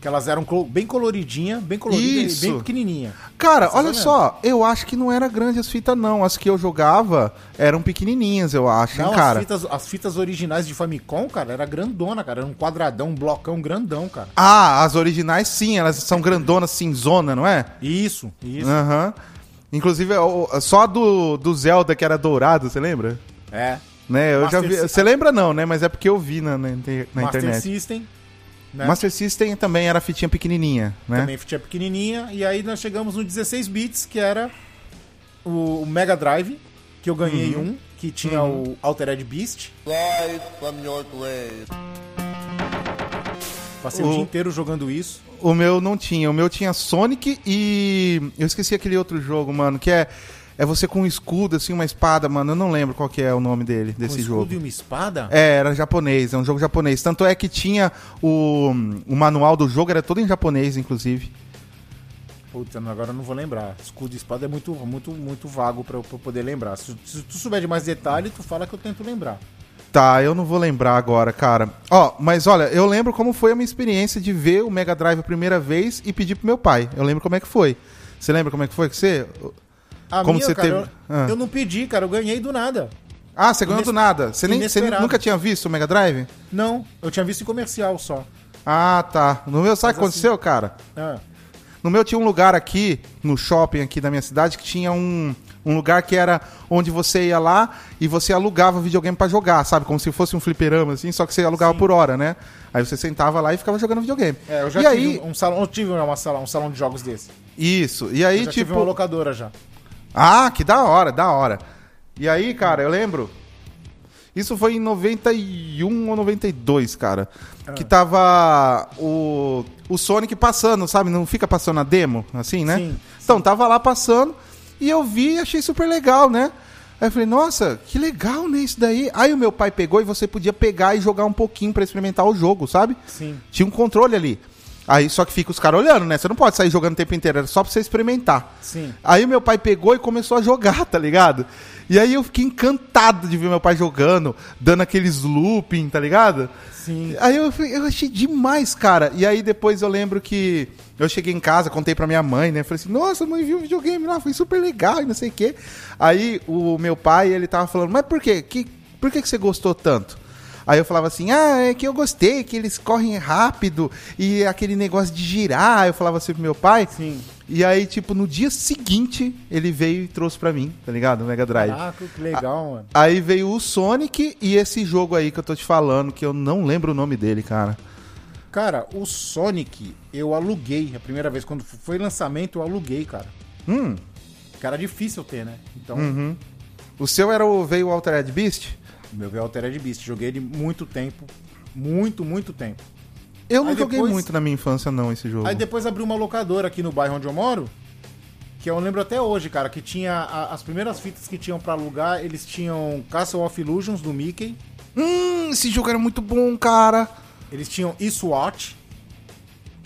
Speaker 2: Que elas eram clo- bem coloridinha, bem colorida
Speaker 3: Isso.
Speaker 2: e bem pequenininha.
Speaker 3: Cara,
Speaker 2: Essas
Speaker 3: olha
Speaker 2: eu lembro.
Speaker 3: só, eu acho que não era grande as fitas, não. As que eu jogava eram pequenininhas, eu acho, hein,
Speaker 2: Não,
Speaker 3: cara.
Speaker 2: As, fitas, as fitas originais de Famicom, cara, era grandona, cara. Era um quadradão, um blocão grandão, cara.
Speaker 3: Ah, as originais sim, elas são grandonas, cinzona, não é?
Speaker 2: Isso, isso.
Speaker 3: Aham. Inclusive, o- só a do, do Zelda que era dourado, você lembra?
Speaker 2: É.
Speaker 3: Né, eu
Speaker 2: Master
Speaker 3: já vi.
Speaker 2: System.
Speaker 3: Você lembra não, né? Mas é porque eu vi na, na, inter- na
Speaker 2: Master
Speaker 3: internet.
Speaker 2: System, né?
Speaker 3: Master System também era fitinha pequenininha, né?
Speaker 2: também tinha pequenininha. E aí nós chegamos no 16 bits, que era o, o Mega Drive, que eu ganhei
Speaker 3: Uhum.
Speaker 2: um, que tinha o Altered Beast. Passei o...
Speaker 3: O-
Speaker 2: dia inteiro jogando isso.
Speaker 3: O meu não tinha. O meu tinha Sonic e. Eu esqueci aquele outro jogo, mano, que é. É você com um escudo, assim, uma espada, mano. Eu não lembro qual que é o nome dele,
Speaker 2: Um
Speaker 3: desse
Speaker 2: escudo
Speaker 3: jogo.
Speaker 2: e uma espada?
Speaker 3: É, era japonês, é um jogo japonês. Tanto é que tinha o, o manual do jogo, era todo em japonês, inclusive.
Speaker 2: Puta, não, agora eu não vou lembrar. Escudo e espada é muito, muito, muito vago pra eu, pra eu poder lembrar. Se, se tu souber de mais detalhe, tu fala que eu tento lembrar.
Speaker 3: Tá, eu não vou lembrar agora, cara. Ó, mas olha, eu lembro como foi a minha experiência de ver o Mega Drive a primeira vez e pedir pro meu pai. Eu lembro como é que foi. Você lembra como é que foi que você?
Speaker 2: A
Speaker 3: Como
Speaker 2: minha,
Speaker 3: você
Speaker 2: cara,
Speaker 3: teve-
Speaker 2: eu,
Speaker 3: Ah.
Speaker 2: eu não pedi, cara, eu ganhei do nada.
Speaker 3: Ah, você ganhou do
Speaker 2: Ines-
Speaker 3: nada. Você, nem, você
Speaker 2: inesperado.
Speaker 3: nunca tinha visto o Mega Drive?
Speaker 2: Não, eu tinha visto em comercial só.
Speaker 3: Ah, tá. No meu, sabe o que
Speaker 2: Mas assim-
Speaker 3: aconteceu, cara?
Speaker 2: Ah,
Speaker 3: No meu tinha um lugar aqui, no shopping aqui da minha cidade, que tinha um, um lugar que era onde você ia lá e você alugava videogame pra jogar, sabe? Como se fosse um fliperama, assim, só que você alugava por hora, né? Aí você sentava lá e ficava jogando videogame.
Speaker 2: é, eu já
Speaker 3: e
Speaker 2: tive
Speaker 3: aí,
Speaker 2: um salão, eu tive uma sala, um salão de jogos desse.
Speaker 3: isso, e aí,
Speaker 2: Eu já tive um
Speaker 3: tipo.
Speaker 2: uma locadora já.
Speaker 3: Ah, que da hora, da hora. E aí, cara, eu lembro. Isso foi em 91 ou 92, cara.
Speaker 2: Ah.
Speaker 3: Que tava o, o Sonic passando, sabe? Não fica passando a demo, assim, né?
Speaker 2: Sim,
Speaker 3: Então, tava lá passando e eu vi e achei super legal, né? Aí eu falei, nossa, que legal, né, isso daí. Aí o meu pai pegou e você podia pegar e jogar um pouquinho pra experimentar o jogo, sabe?
Speaker 2: Sim.
Speaker 3: Tinha um controle ali. Aí só que fica os caras olhando, né? Você não pode sair jogando o tempo inteiro, era só pra você experimentar.
Speaker 2: Sim.
Speaker 3: Aí meu pai pegou e começou a jogar, tá ligado? E aí eu fiquei encantado de ver meu pai jogando, dando aqueles looping, tá ligado?
Speaker 2: Sim.
Speaker 3: Aí eu, fui- eu achei demais, cara. E aí depois eu lembro que eu cheguei em casa, contei pra minha mãe, né? Falei assim, nossa, mãe, viu o videogame lá, foi super legal e não sei o quê. Aí o meu pai, ele tava falando, mas por quê? Que, por que, que você gostou tanto? Aí eu falava assim, ah, é que eu gostei, que eles correm rápido e aquele negócio de girar. Eu falava assim pro meu pai.
Speaker 2: Sim.
Speaker 3: E aí, tipo, no dia seguinte, ele veio e trouxe pra mim, tá ligado? O Mega Drive.
Speaker 2: Caraca, Ah, que legal, mano.
Speaker 3: Aí veio o Sonic e esse jogo aí que eu tô te falando, que eu não lembro o nome dele, cara.
Speaker 2: Cara, o Sonic, eu aluguei. A primeira vez, quando foi lançamento, eu aluguei, cara.
Speaker 3: Hum. Uhum.
Speaker 2: Cara, difícil ter, né? Então,
Speaker 3: O seu era o veio o Altered Beast?
Speaker 2: meu veio Altered Beast. Joguei ele muito tempo. Muito, muito tempo.
Speaker 3: Eu não
Speaker 2: Aí
Speaker 3: joguei
Speaker 2: depois-
Speaker 3: muito na minha infância não esse jogo.
Speaker 2: Aí depois abriu uma locadora aqui no bairro onde eu moro, que eu lembro até hoje, cara, que tinha a- as primeiras fitas que tinham pra alugar, eles tinham Castle of Illusions do Mickey,
Speaker 3: Hum, esse jogo era muito bom, cara.
Speaker 2: eles tinham E-SWAT.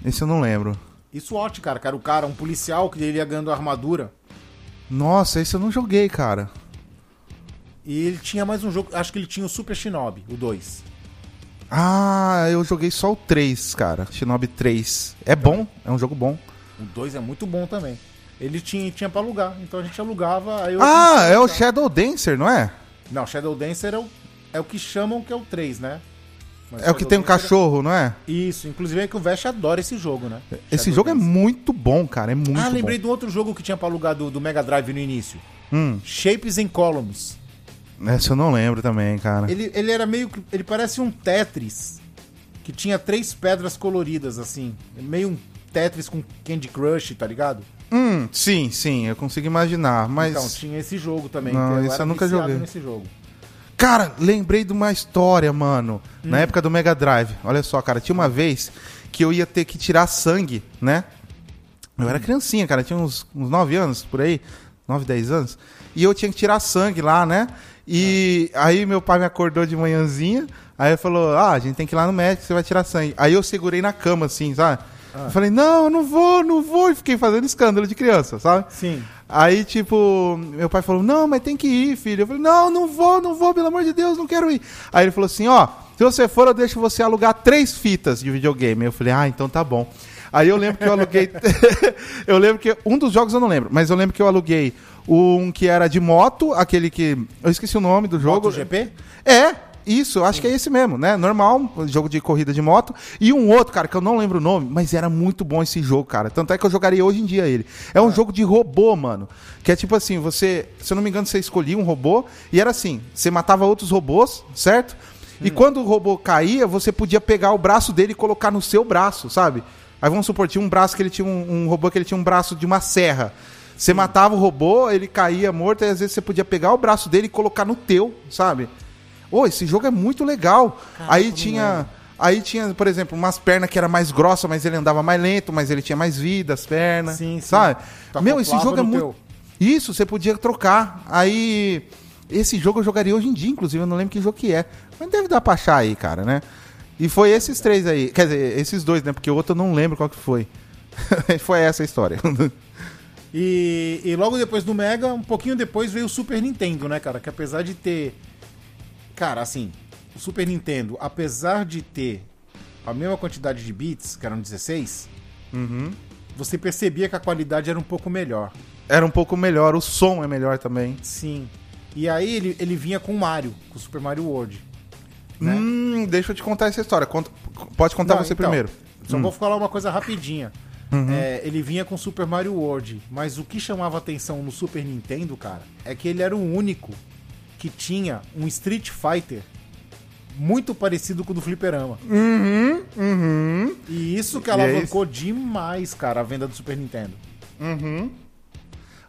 Speaker 3: Esse eu não lembro.
Speaker 2: E-SWAT, cara, que era o cara, um policial que ele ia ganhando armadura.
Speaker 3: Nossa, esse eu não joguei, cara.
Speaker 2: E ele tinha mais um jogo, acho que ele tinha o Super Shinobi, o 2.
Speaker 3: Ah, eu joguei só o 3, cara. Shinobi 3. É bom, é um jogo bom.
Speaker 2: O 2 é muito bom também. Ele tinha, tinha pra alugar, então a gente alugava. Aí eu
Speaker 3: Ah,
Speaker 2: comecei a
Speaker 3: é o
Speaker 2: alugar.
Speaker 3: Shadow Dancer, não é?
Speaker 2: Não, Shadow Dancer é o, é o que chamam que é o 3, né? Mas
Speaker 3: É o que
Speaker 2: Shadow
Speaker 3: tem um
Speaker 2: Dancer é-
Speaker 3: cachorro, não é?
Speaker 2: Isso, inclusive é que o Vesh adora esse jogo, né?
Speaker 3: Esse jogo é muito bom, cara. É muito
Speaker 2: Ah, lembrei
Speaker 3: bom.
Speaker 2: de um outro jogo que tinha pra alugar do, do Mega Drive no início.
Speaker 3: Hum,
Speaker 2: Shapes and Columns.
Speaker 3: essa eu não lembro também, cara.
Speaker 2: Ele, ele era meio que... Ele parece um Tetris. Que tinha três pedras coloridas, assim. Meio um Tetris com Candy Crush, tá ligado?
Speaker 3: Hum, sim, sim, eu consigo imaginar. Mas,
Speaker 2: Então, tinha esse jogo também.
Speaker 3: Não,
Speaker 2: que
Speaker 3: esse eu nunca
Speaker 2: viciado
Speaker 3: joguei.
Speaker 2: nesse jogo.
Speaker 3: cara, lembrei de uma história, mano. Na época do Mega Drive. Olha só, cara, tinha uma vez que eu ia ter que tirar sangue, né? Eu era criancinha, cara, tinha uns, uns 9 anos por aí, 9, 10 anos. E eu tinha que tirar sangue lá, né? E aí meu pai me acordou de manhãzinha, aí ele falou: Ah, a gente tem que ir lá no médico, você vai tirar sangue. Aí eu segurei na cama, assim, sabe? Eu falei: Não, eu não vou, não vou. E fiquei fazendo escândalo de criança, sabe?
Speaker 2: Sim.
Speaker 3: Aí, tipo, meu pai falou: Não, mas tem que ir, filho. Eu falei: Não, não vou, não vou, pelo amor de Deus, não quero ir. Aí ele falou assim: Ó, se você for, eu deixo você alugar três fitas de videogame. Eu falei: Ah, então tá bom. Aí eu lembro que eu aluguei. eu lembro que. Um dos jogos eu não lembro, mas eu lembro que eu aluguei um que era de moto, aquele que. Eu esqueci o nome do jogo.
Speaker 2: MotoGP?
Speaker 3: É! Isso, eu acho que é esse mesmo, né? Normal, um jogo de corrida de moto. E um outro, cara, que eu não lembro o nome, mas era muito bom esse jogo, cara. Tanto é que eu jogaria hoje em dia ele. É um jogo de robô, mano. Que é tipo assim, você, se eu não me engano, você escolhia um robô e era assim, você matava outros robôs, certo? E
Speaker 2: Uhum.
Speaker 3: quando o robô caía, você podia pegar o braço dele e colocar no seu braço, sabe? Aí vamos supor, tinha um braço que ele tinha um, um robô que ele tinha um braço de uma serra. Você matava o robô, ele caía morto, e às vezes você podia pegar o braço dele e colocar no teu, sabe? Ô, esse jogo é muito legal. aí tinha.
Speaker 2: é?
Speaker 3: Aí tinha, por exemplo, umas pernas que era mais grossa, mas ele andava mais lento, mas ele tinha mais vida, as pernas.
Speaker 2: Sim, sim.
Speaker 3: Sabe?
Speaker 2: Tu
Speaker 3: Meu, esse
Speaker 2: acoplava
Speaker 3: jogo é
Speaker 2: no teu.
Speaker 3: muito. Isso, você podia trocar. Aí. Esse jogo eu jogaria hoje em dia, inclusive, eu não lembro que jogo que é. Mas deve dar pra achar aí, cara, né? E foi esses três aí. Quer dizer, esses dois, né? Porque o outro eu não lembro qual que foi. foi essa a história.
Speaker 2: E, e logo depois do Mega, um pouquinho depois veio o Super Nintendo, né, cara? Que apesar de ter. Cara, assim, o Super Nintendo, apesar de ter a mesma quantidade de bits, que eram 16,
Speaker 3: Uhum.
Speaker 2: você percebia que a qualidade era um pouco melhor.
Speaker 3: Era um pouco melhor, o som é melhor também.
Speaker 2: Sim. E aí ele, ele vinha com o Mario, com o Super Mario World. Né?
Speaker 3: Hum, deixa eu te contar essa história. Conta- pode contar
Speaker 2: Não,
Speaker 3: você
Speaker 2: então,
Speaker 3: primeiro. Hum. Uhum.
Speaker 2: Só vou falar uma coisa rapidinha. É, ele vinha com Super Mario World, mas o que chamava atenção no Super Nintendo, cara, é que ele era o único que tinha um Street Fighter muito parecido com o do Fliperama.
Speaker 3: Uhum, uhum.
Speaker 2: E isso que
Speaker 3: E é
Speaker 2: alavancou demais, cara, a venda do Super Nintendo.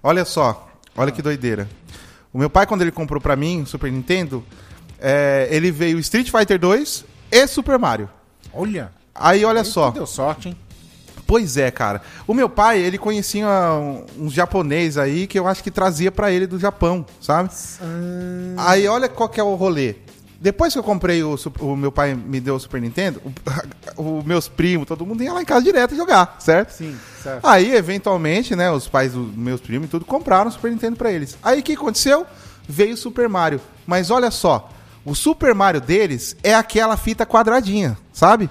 Speaker 3: Olha só, olha que doideira. O meu pai, quando ele comprou pra mim o Super Nintendo, é, ele veio Street Fighter 2 e Super Mario.
Speaker 2: Olha,
Speaker 3: Aí olha só.
Speaker 2: deu sorte, hein?
Speaker 3: Pois é, cara. O meu pai, ele conhecia um- uns japonês aí que eu acho que trazia pra ele do Japão, sabe? Aí olha qual que é o rolê. Depois que eu comprei o, Sup- o meu pai me deu o Super Nintendo, o- os meus primos, todo mundo ia lá em casa direto jogar, certo?
Speaker 2: Sim, certo.
Speaker 3: Aí, eventualmente, né, os pais dos meus primos e tudo compraram o Super Nintendo pra eles. Aí o que aconteceu? Veio o Super Mario. Mas olha só, o Super Mario deles é aquela fita quadradinha, sabe?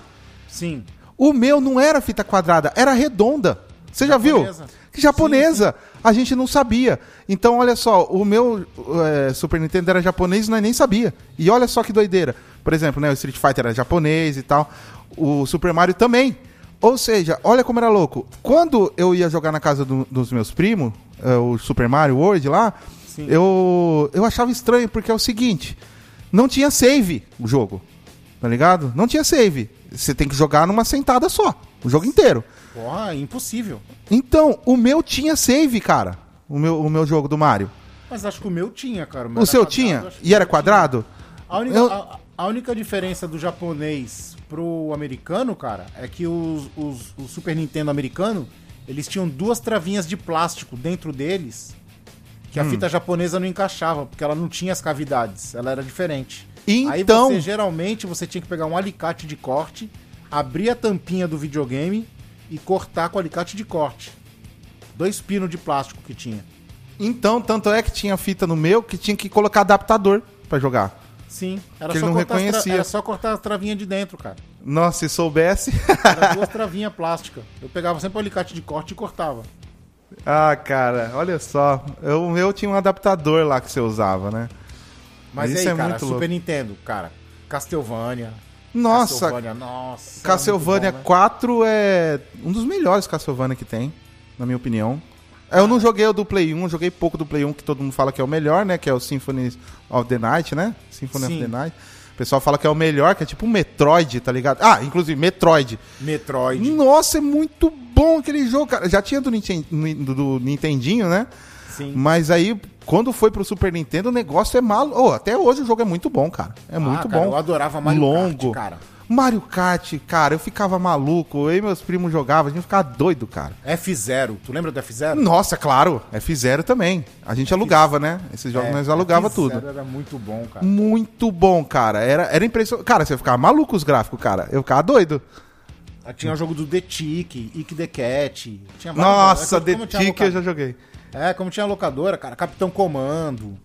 Speaker 2: Sim.
Speaker 3: O meu não era fita quadrada, era redonda. Você já viu?
Speaker 2: Japonesa.
Speaker 3: Que Japonesa. A gente não sabia. Então, olha só, o meu eh, Super Nintendo era japonês e nós nem sabia. E olha só que doideira. Por exemplo, né, o Street Fighter era japonês e tal. O Super Mario também. Ou seja, olha como era louco. Quando eu ia jogar na casa do- dos meus primos, eh, o Super Mario World lá,
Speaker 2: Sim.
Speaker 3: eu, eu achava estranho, porque é o seguinte: não tinha save o jogo. Tá ligado? Não tinha save. Você tem que jogar numa sentada só, o jogo inteiro.
Speaker 2: Porra, é impossível.
Speaker 3: Então, o meu tinha save, cara. O meu, o meu jogo do Mario.
Speaker 2: Mas acho que o meu tinha, cara. meu
Speaker 3: O
Speaker 2: era
Speaker 3: seu
Speaker 2: quadrado,
Speaker 3: tinha?
Speaker 2: acho que
Speaker 3: E
Speaker 2: o meu tinha.
Speaker 3: era quadrado?
Speaker 2: A única,
Speaker 3: Eu-
Speaker 2: a- a única diferença do japonês pro americano, cara, é que os, os- o Super Nintendo americano, eles tinham duas travinhas de plástico dentro deles que
Speaker 3: Hum.
Speaker 2: a fita japonesa não encaixava, porque ela não tinha as cavidades, ela era diferente.
Speaker 3: Então-
Speaker 2: Aí você, geralmente, você tinha que pegar um alicate de corte, abrir a tampinha do videogame e cortar com o alicate de corte. Dois pinos de plástico que tinha.
Speaker 3: Então, tanto é que tinha fita no meu que tinha que colocar adaptador pra jogar.
Speaker 2: Sim, era
Speaker 3: Que
Speaker 2: só,
Speaker 3: ele não
Speaker 2: cortar as tra-
Speaker 3: reconhecia.
Speaker 2: era só cortar a travinha de dentro, cara.
Speaker 3: Nossa, se soubesse.
Speaker 2: Era duas travinhas plásticas. Eu pegava sempre o alicate de corte e cortava.
Speaker 3: ah, cara, olha só. Eu, o meu tinha um adaptador lá que você usava, né?
Speaker 2: Mas
Speaker 3: Isso
Speaker 2: e aí,
Speaker 3: é
Speaker 2: cara,
Speaker 3: muito
Speaker 2: Super
Speaker 3: louco.
Speaker 2: Nintendo, cara. Castlevania.
Speaker 3: Nossa,
Speaker 2: Castlevania, nossa. era
Speaker 3: Castlevania
Speaker 2: muito bom, né?
Speaker 3: 4 é um dos melhores Castlevania que tem, na minha opinião. Eu não joguei o do Play 1, joguei pouco do Play 1, que todo mundo fala que é o melhor, né? Que é o Symphony of the Night, né? Symphony
Speaker 2: Sim.
Speaker 3: of the Night. O pessoal fala que é o melhor, que é tipo um Metroid, tá ligado? Ah, inclusive, Metroid.
Speaker 2: Metroid.
Speaker 3: Nossa, é muito bom aquele jogo, cara. Já tinha do, Ninten- do- do Nintendinho, né?
Speaker 2: Sim.
Speaker 3: Mas aí, quando foi pro Super Nintendo, o negócio é malo. Ô, até hoje o jogo é muito bom, cara. É muito
Speaker 2: Ah, cara,
Speaker 3: bom.
Speaker 2: eu adorava Mario
Speaker 3: Longo.
Speaker 2: Kart, cara.
Speaker 3: Mario Kart, cara, eu ficava maluco. Eu e meus primos jogavam, a gente ficava doido, cara.
Speaker 2: F0. Tu lembra do F0?
Speaker 3: Nossa, claro, F0 também. A
Speaker 2: É,
Speaker 3: gente alugava, né? Esses jogos nós alugava
Speaker 2: F0
Speaker 3: tudo.
Speaker 2: É, era muito bom, cara.
Speaker 3: Muito bom, cara. Era, era impressionante. Cara, você ficava maluco os gráficos, cara. Eu ficava doido.
Speaker 2: Ah, Tinha o jogo do The Tick, Ick the Cat. Tinha vários jogos.
Speaker 3: Nossa,
Speaker 2: É
Speaker 3: The
Speaker 2: que como tinha
Speaker 3: Tick eu já
Speaker 2: loca-
Speaker 3: joguei.
Speaker 2: É, como tinha locadora, cara. Capitão Comando.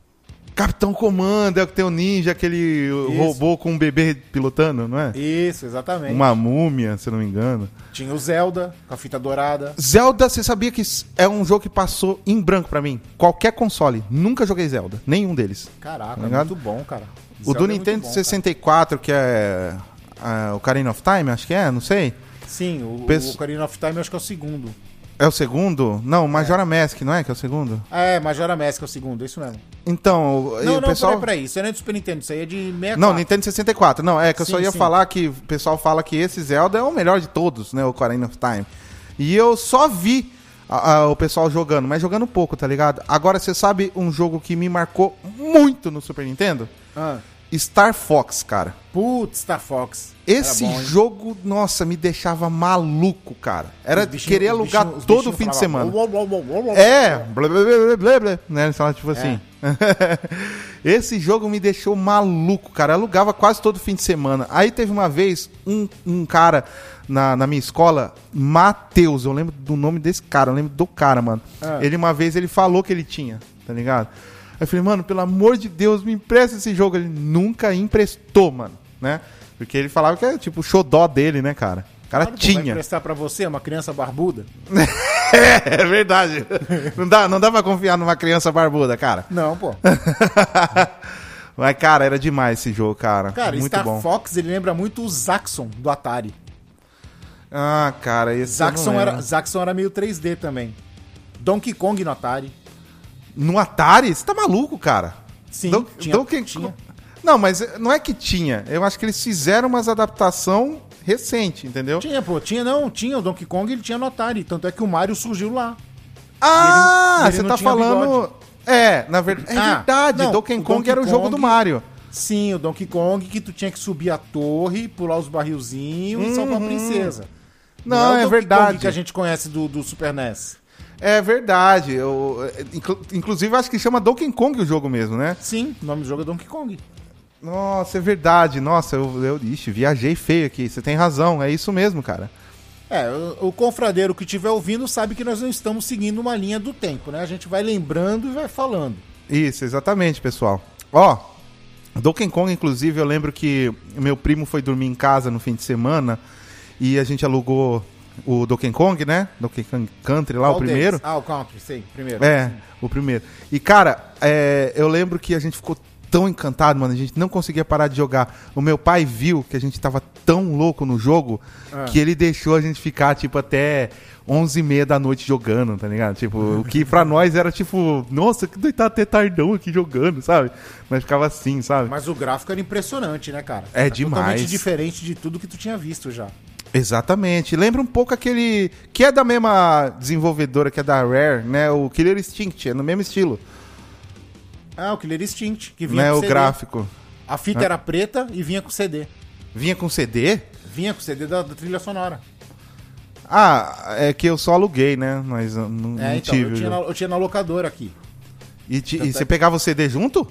Speaker 3: Capitão Comando, é o que tem o ninja, aquele robô com um bebê pilotando, não é?
Speaker 2: Isso, exatamente.
Speaker 3: Uma múmia, se eu não me engano.
Speaker 2: Tinha o Zelda, com a fita dourada.
Speaker 3: Zelda, você sabia que s- é um jogo que passou em branco pra mim? Qualquer console. Nunca joguei Zelda. Nenhum deles.
Speaker 2: Caraca, é
Speaker 3: Tá ligado?
Speaker 2: muito bom, cara.
Speaker 3: O
Speaker 2: Zelda
Speaker 3: do
Speaker 2: é muito
Speaker 3: Nintendo
Speaker 2: bom, cara.
Speaker 3: 64, que é ah, o Ocarina of Time, acho que é, não sei.
Speaker 2: Sim, o,
Speaker 3: Pesso-
Speaker 2: o Ocarina of Time eu acho que é o segundo.
Speaker 3: É o segundo? Não, o Majora Mask, não é que é o segundo?
Speaker 2: É, Majora Mask é o segundo, é isso mesmo.
Speaker 3: Então, o- e
Speaker 2: Não,
Speaker 3: o
Speaker 2: não,
Speaker 3: pessoal...
Speaker 2: peraí, peraí, isso aí não é do Super Nintendo, isso aí é de 64.
Speaker 3: Não, Nintendo 64. Não, é que eu só
Speaker 2: Sim,
Speaker 3: ia
Speaker 2: sim.
Speaker 3: falar que o pessoal fala que esse Zelda é o melhor de todos, né? O Ocarina of Time. E eu só vi a- a- o pessoal jogando, mas jogando pouco, tá ligado? Agora, você sabe um jogo que me marcou muito no Super Nintendo?
Speaker 2: Ah,
Speaker 3: Star Fox, cara.
Speaker 2: putz, Star Fox. Era
Speaker 3: Esse
Speaker 2: bom, hein?
Speaker 3: jogo, nossa, me deixava maluco, cara. Era
Speaker 2: Os
Speaker 3: de
Speaker 2: bichinhos-
Speaker 3: querer
Speaker 2: os
Speaker 3: alugar
Speaker 2: bichinhos- os
Speaker 3: todo
Speaker 2: bichinhos
Speaker 3: fim de
Speaker 2: falavam,
Speaker 3: semana.
Speaker 2: "Uou, uou, uou, uou, uou".
Speaker 3: É, blá, blá, blá, blá, blá, blá, né? Sei lá,
Speaker 2: É.
Speaker 3: tipo assim. Esse jogo me deixou maluco, cara. Eu alugava quase todo fim de semana. Aí teve uma vez um, um cara na, na minha escola, Matheus. Eu lembro do nome desse cara, eu lembro do cara, mano.
Speaker 2: Ah.
Speaker 3: Ele uma vez ele falou que ele tinha, tá ligado? Aí eu falei, mano, pelo amor de Deus, me empresta esse jogo. Ele nunca emprestou, mano, né? Porque ele falava que era tipo o xodó dele, né, cara? O cara
Speaker 2: Claro que Vai
Speaker 3: tinha.
Speaker 2: emprestar pra você, uma criança barbuda?
Speaker 3: É verdade. Não dá, não dá pra confiar numa criança barbuda, cara.
Speaker 2: Não, pô.
Speaker 3: Mas, cara, era demais esse jogo, cara.
Speaker 2: Cara, tá
Speaker 3: Muito
Speaker 2: Star
Speaker 3: bom.
Speaker 2: Fox, ele lembra muito o Zaxxon do Atari.
Speaker 3: Ah, cara, esse eu
Speaker 2: Zaxxon
Speaker 3: não lembro.
Speaker 2: era, Zaxxon era meio 3D também. Donkey Kong no Atari.
Speaker 3: No Atari? Você tá maluco, cara?
Speaker 2: Sim,
Speaker 3: Don-
Speaker 2: tinha-
Speaker 3: Donkey
Speaker 2: tinha.
Speaker 3: Kong- Não, mas eh, não é que tinha. Eu acho que eles fizeram umas adaptação recente, entendeu?
Speaker 2: Tinha, pô, tinha não, tinha o Donkey Kong, ele tinha no Atari, tanto é que o Mario surgiu lá.
Speaker 3: Ah,
Speaker 2: E ele- e ele
Speaker 3: você
Speaker 2: não
Speaker 3: tá
Speaker 2: tinha
Speaker 3: falando... É, na verdade. É
Speaker 2: Ah,
Speaker 3: verdade,
Speaker 2: não,
Speaker 3: Donkey
Speaker 2: o
Speaker 3: Kong era o
Speaker 2: Donkey
Speaker 3: jogo do
Speaker 2: Kong-
Speaker 3: Mario.
Speaker 2: Sim, o Donkey Kong que tu tinha que subir a torre, pular os barrilzinhos e salvar a princesa.
Speaker 3: Uhum. Não,
Speaker 2: o
Speaker 3: é
Speaker 2: Donkey
Speaker 3: verdade.
Speaker 2: Kong que a gente conhece do, do Super NES.
Speaker 3: É verdade. Eu, eh, inclu- inclusive, acho que chama Donkey Kong o jogo mesmo, né?
Speaker 2: Sim, o nome do jogo é Donkey Kong.
Speaker 3: Nossa, é verdade. Nossa, eu, eu ixi, viajei feio aqui. Você tem razão, é isso mesmo, cara.
Speaker 2: É, o, o confradeiro que estiver ouvindo sabe que nós não estamos seguindo uma linha do tempo, né? A gente vai lembrando e vai falando.
Speaker 3: Isso, exatamente, pessoal. Ó, Donkey Kong, inclusive, eu lembro que meu primo foi dormir em casa no fim de semana e a gente alugou o Donkey Kong, né? Donkey Kong Country lá,
Speaker 2: Qual
Speaker 3: o primeiro.
Speaker 2: deles? Ah, o Country, sim, primeiro.
Speaker 3: É, o primeiro. E, cara, é, eu lembro que a gente ficou tão encantado, mano. A gente não conseguia parar de jogar. O meu pai viu que a gente tava tão louco no jogo
Speaker 2: É.
Speaker 3: que ele deixou a gente ficar, tipo, até 11 e meia da noite jogando, tá ligado? Tipo, o que pra nós era tipo, nossa, que doitado até tardão aqui jogando, sabe? Mas ficava assim, sabe?
Speaker 2: Mas o gráfico era impressionante, né, cara?
Speaker 3: É
Speaker 2: Era
Speaker 3: demais.
Speaker 2: Totalmente diferente de tudo que tu tinha visto já.
Speaker 3: Exatamente. Lembra um pouco aquele. que é da mesma desenvolvedora, que é da Rare, né? O Killer Instinct, é no mesmo estilo,
Speaker 2: Ah, o Killer Instinct, que vinha
Speaker 3: né?
Speaker 2: com
Speaker 3: O
Speaker 2: CD.
Speaker 3: gráfico. É.
Speaker 2: A fita era preta e vinha com CD.
Speaker 3: Vinha com CD?
Speaker 2: Vinha com CD da, da trilha sonora.
Speaker 3: Ah, é que eu só aluguei, né? Mas eu não,
Speaker 2: É,
Speaker 3: não
Speaker 2: então,
Speaker 3: tive.
Speaker 2: eu
Speaker 3: o
Speaker 2: tinha, na,
Speaker 3: jogo.
Speaker 2: eu tinha na locadora aqui.
Speaker 3: E, ti- e
Speaker 2: Tanto é
Speaker 3: você
Speaker 2: que-
Speaker 3: pegava o CD junto?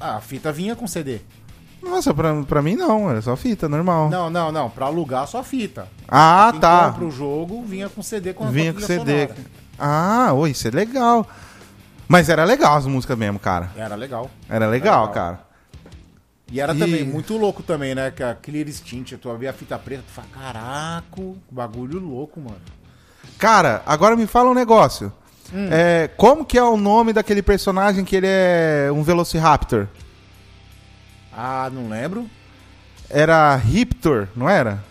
Speaker 2: Ah, a fita vinha com CD.
Speaker 3: Nossa, pra, pra mim não, era só fita, normal.
Speaker 2: Não, não, não, pra alugar só a fita.
Speaker 3: Ah,
Speaker 2: Quem
Speaker 3: tá.
Speaker 2: compra o jogo vinha com CD com a
Speaker 3: Vinha com
Speaker 2: trilha
Speaker 3: CD.
Speaker 2: sonora.
Speaker 3: Ah, oi, isso é legal. Mas era legal as músicas mesmo, cara.
Speaker 2: Era legal.
Speaker 3: Era legal,
Speaker 2: legal.
Speaker 3: cara.
Speaker 2: E era
Speaker 3: E-
Speaker 2: também muito louco também, né? Que a Clear Instinct, tu abria a fita preta, tu fala, caraca, bagulho louco, mano.
Speaker 3: Cara, agora me fala um negócio.
Speaker 2: Hum.
Speaker 3: É, como que é o nome daquele personagem que ele é um Velociraptor?
Speaker 2: Ah, não lembro?
Speaker 3: Era Raptor, não era?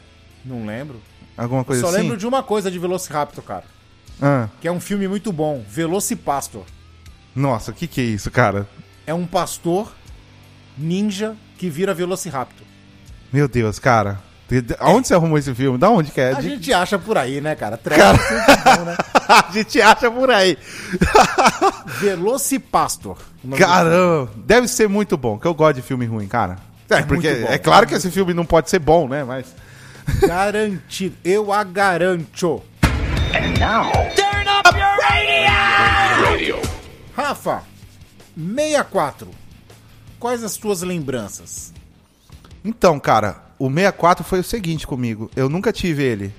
Speaker 2: Não lembro.
Speaker 3: Alguma coisa
Speaker 2: Só
Speaker 3: assim?
Speaker 2: lembro de uma coisa de Velociraptor, cara.
Speaker 3: Ah,
Speaker 2: Que é um filme muito bom, Velocipastor.
Speaker 3: nossa, o que que é isso, cara?
Speaker 2: É um pastor ninja que vira Velociraptor.
Speaker 3: Meu Deus, cara. De- de- Aonde você arrumou esse filme? Da onde que é?
Speaker 2: A
Speaker 3: De-
Speaker 2: gente acha por aí, né, cara? Cara...
Speaker 3: a gente acha por aí.
Speaker 2: Velocipastor. o nome
Speaker 3: Caramba, deve ser muito bom, que eu gosto de filme ruim, cara. É, porque
Speaker 2: muito bom.
Speaker 3: é claro que esse filme não pode ser bom, né? Mas.
Speaker 2: do filme. é Garantido. Eu a garanto.
Speaker 4: Turn up your radio!
Speaker 2: Rafa, 64. Quais as tuas lembranças?
Speaker 3: Então, cara, o 64 foi o seguinte comigo. Eu nunca tive ele.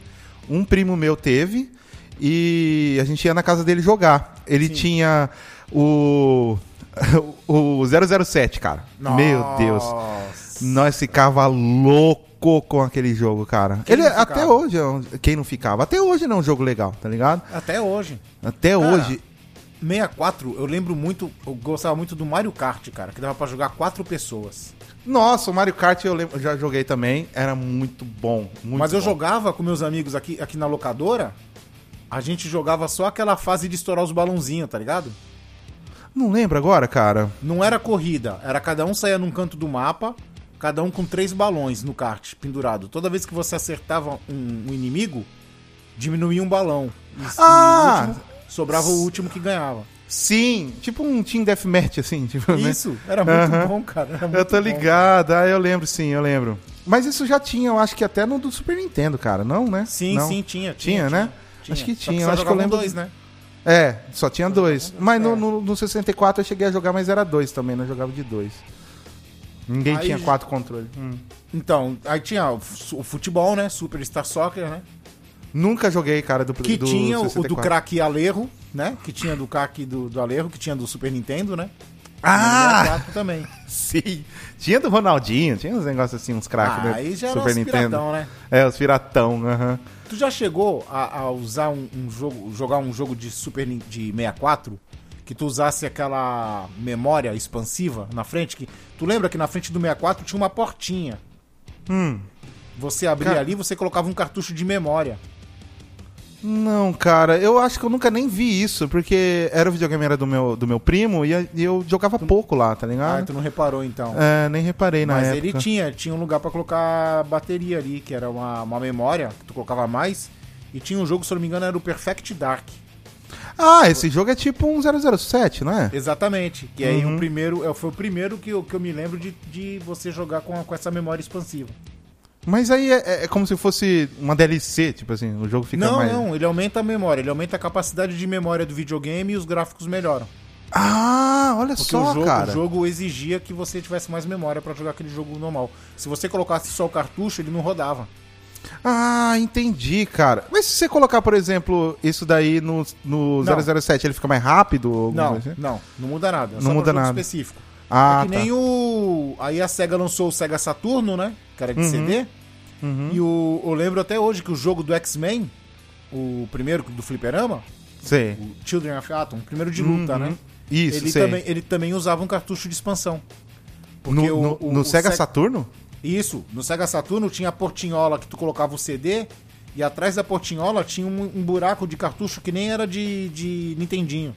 Speaker 3: Um primo meu teve e a gente ia na casa dele jogar. Ele tinha o. O 007, cara. Meu Deus. Nós ficava louco com aquele jogo, cara. ele
Speaker 2: não ficava?
Speaker 3: até é hoje, é um- quem não ficava? Até hoje não é um jogo legal, tá ligado?
Speaker 2: Até hoje.
Speaker 3: Até hoje.
Speaker 2: 64, eu lembro muito, eu gostava muito do Mario Kart, cara, que dava pra jogar quatro pessoas.
Speaker 3: Nossa, o Mario Kart eu lembro- já joguei também. Era muito bom. Muito
Speaker 2: Mas eu
Speaker 3: bom.
Speaker 2: jogava com meus amigos aqui, aqui na locadora, a gente jogava só aquela fase de estourar os balãozinhos, tá ligado?
Speaker 3: Não lembro agora, cara.
Speaker 2: Não era corrida, era cada um saía num canto do mapa, cada um com três balões no kart pendurado. Toda vez que você acertava um, um inimigo, diminuía um balão. E, se-
Speaker 3: Ah!
Speaker 2: o último- sobrava o último que ganhava.
Speaker 3: Sim, tipo um Team Deathmatch, assim. Tipo, né?
Speaker 2: Isso, era muito
Speaker 3: Aham.
Speaker 2: bom, cara. era
Speaker 3: Eu
Speaker 2: muito
Speaker 3: tô
Speaker 2: bom.
Speaker 3: ligado. Ah, eu lembro, sim, eu lembro. Mas isso já tinha, eu acho que até no do Super Nintendo, cara. Não, né?
Speaker 2: Sim,
Speaker 3: Não.
Speaker 2: sim, tinha.
Speaker 3: Tinha, né? Acho que
Speaker 2: Só
Speaker 3: tinha,
Speaker 2: só
Speaker 3: acho que eu
Speaker 2: jogavam
Speaker 3: lembro-
Speaker 2: dois, né?
Speaker 3: É, só tinha dois. Mas no, no, no 64 eu cheguei a jogar, mas era dois também, né? Eu jogava de dois. Ninguém
Speaker 2: Aí-
Speaker 3: tinha quatro controles. Hum.
Speaker 2: Então, aí tinha o fu- o futebol, né? Super Star Soccer, né?
Speaker 3: Nunca joguei, cara, do
Speaker 2: Que
Speaker 3: do
Speaker 2: tinha o- o do
Speaker 3: 64.
Speaker 2: craque Alerro, né? Que tinha do craque do, do Alerro, que tinha do Super Nintendo, né?
Speaker 3: Ah!
Speaker 2: No 64 também.
Speaker 3: Sim. Tinha do Ronaldinho, tinha uns negócios assim, uns craques, né?
Speaker 2: Aí já era os piratão, né?
Speaker 3: É, os piratão, aham.
Speaker 2: Tu já chegou a, a usar um, um jogo, jogar um jogo de Super Nin- de 64 que tu usasse aquela memória expansiva na frente que tu lembra que na frente do 64 tinha uma portinha. Você abria
Speaker 3: Hum. Cara-
Speaker 2: ali, você colocava um cartucho de memória.
Speaker 3: Não, cara, eu acho que eu nunca nem vi isso, porque era o videogame era do meu, do meu primo e a- e eu jogava pouco lá, tá
Speaker 2: Ah,
Speaker 3: ligado?
Speaker 2: tu não reparou então.
Speaker 3: É, nem reparei na
Speaker 2: Mas
Speaker 3: época.
Speaker 2: ele tinha, tinha um lugar pra colocar bateria ali, que era uma, uma memória que tu colocava mais. E tinha um jogo, se eu não me engano, era o Perfect Dark.
Speaker 3: Ah, esse jogo é tipo um 007, não é?
Speaker 2: Exatamente. Que aí
Speaker 3: Uhum.
Speaker 2: o primeiro, é, foi o primeiro que eu, que eu me lembro de, de você jogar com, a- com essa memória expansiva.
Speaker 3: Mas aí é, é como se fosse uma DLC, tipo assim, o jogo fica
Speaker 2: não,
Speaker 3: mais...
Speaker 2: não, ele aumenta a memória, ele aumenta a capacidade de memória do videogame e os gráficos melhoram.
Speaker 3: Ah, olha
Speaker 2: Porque
Speaker 3: só,
Speaker 2: o, jogo,
Speaker 3: cara.
Speaker 2: o jogo exigia que você tivesse mais memória pra jogar aquele jogo normal. Se você colocasse só o cartucho, ele não rodava.
Speaker 3: Ah, entendi, cara. Mas se você colocar, por exemplo, isso daí no, no
Speaker 2: Não.
Speaker 3: 007, ele fica mais rápido? ou alguma
Speaker 2: Não,
Speaker 3: coisa assim?
Speaker 2: não, não muda nada. É
Speaker 3: Não muda
Speaker 2: pra jogo
Speaker 3: nada.
Speaker 2: específico.
Speaker 3: Ah,
Speaker 2: é que
Speaker 3: tá.
Speaker 2: nem o. Aí a SEGA lançou o SEGA Saturno, né? Que
Speaker 3: Uhum.
Speaker 2: era de CD. E o... eu lembro até hoje que o jogo do X-Men, o primeiro do Fliperama,
Speaker 3: Sei. Uhum.
Speaker 2: o Children of Atom, o primeiro de luta, né?
Speaker 3: Isso,
Speaker 2: ele,
Speaker 3: sei.
Speaker 2: também, ele também usava um cartucho de expansão.
Speaker 3: No,
Speaker 2: o-
Speaker 3: no-
Speaker 2: o-
Speaker 3: no
Speaker 2: o
Speaker 3: Sega
Speaker 2: Seg-
Speaker 3: Saturno?
Speaker 2: Isso, no Sega Saturno tinha a portinhola que tu colocava o CD e atrás da portinhola tinha um, um buraco de cartucho que nem era de, de Nintendinho.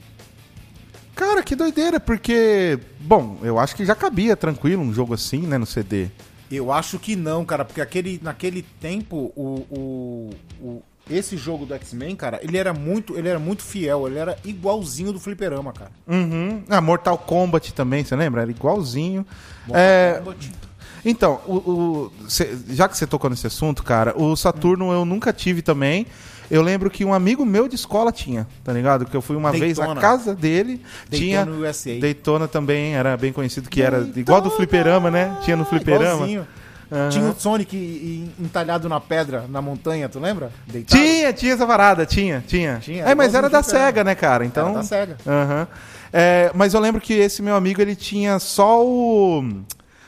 Speaker 3: Cara, que doideira, porque... Bom, eu acho que já cabia tranquilo um jogo assim, né, no CD.
Speaker 2: Eu acho que não, cara, porque aquele, naquele tempo o, o, o- esse jogo do X-Men, cara, ele era muito, ele era muito fiel, ele era igualzinho do fliperama, cara.
Speaker 3: Uhum. Ah, Mortal Kombat também, você lembra? Era igualzinho. é...
Speaker 2: Kombat.
Speaker 3: Então, o, o- cê- já que você tocou nesse assunto, cara, o Saturno eu nunca tive também. Eu lembro que um amigo meu de escola tinha, tá ligado? Que eu fui uma vez na
Speaker 2: Daytona.
Speaker 3: casa dele,
Speaker 2: Daytona
Speaker 3: tinha
Speaker 2: USA.
Speaker 3: Daytona também, era bem conhecido que era igual do fliperama, né? Tinha no fliperama.
Speaker 2: Igualzinho. Tinha o Sonic e- e entalhado na pedra, na montanha, tu lembra? Deitado.
Speaker 3: Tinha, tinha essa parada, tinha, tinha.
Speaker 2: Tinha,
Speaker 3: é, mas
Speaker 2: igualzinho
Speaker 3: era da
Speaker 2: fliperama.
Speaker 3: SEGA, né, cara? Então.
Speaker 2: Era da SEGA.
Speaker 3: Aham. É, mas eu lembro que esse meu amigo, ele tinha só o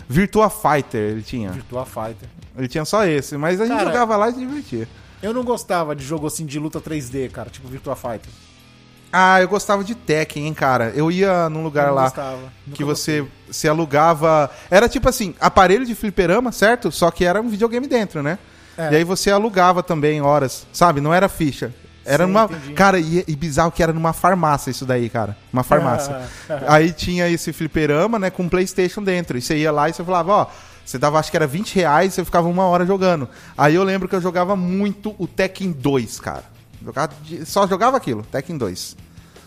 Speaker 3: Virtua Fighter, ele tinha.
Speaker 2: Virtua Fighter.
Speaker 3: Ele tinha só esse, mas a gente
Speaker 2: Cara,
Speaker 3: jogava lá e se divertia.
Speaker 2: Eu não gostava de jogo assim de luta 3D, cara, tipo Virtua Fighter.
Speaker 3: Ah, eu gostava de Tekken, hein, cara. Eu ia num lugar
Speaker 2: Eu não
Speaker 3: lá
Speaker 2: gostava, nunca
Speaker 3: que você se alugava. Era tipo assim, aparelho de fliperama, certo? Só que era um videogame dentro, né?
Speaker 2: É.
Speaker 3: E aí você alugava também horas, sabe? Não era ficha. Era
Speaker 2: Sim,
Speaker 3: numa.
Speaker 2: entendi.
Speaker 3: Cara, e, e bizarro que era numa farmácia isso daí, cara. Uma farmácia. aí tinha esse fliperama, né, com um Playstation dentro. E você ia lá e você falava, ó. Você dava, acho que era 20 reais e você ficava uma hora jogando. Aí eu lembro que eu jogava muito o Tekken 2, cara. Jogava de- só jogava aquilo, Tekken 2.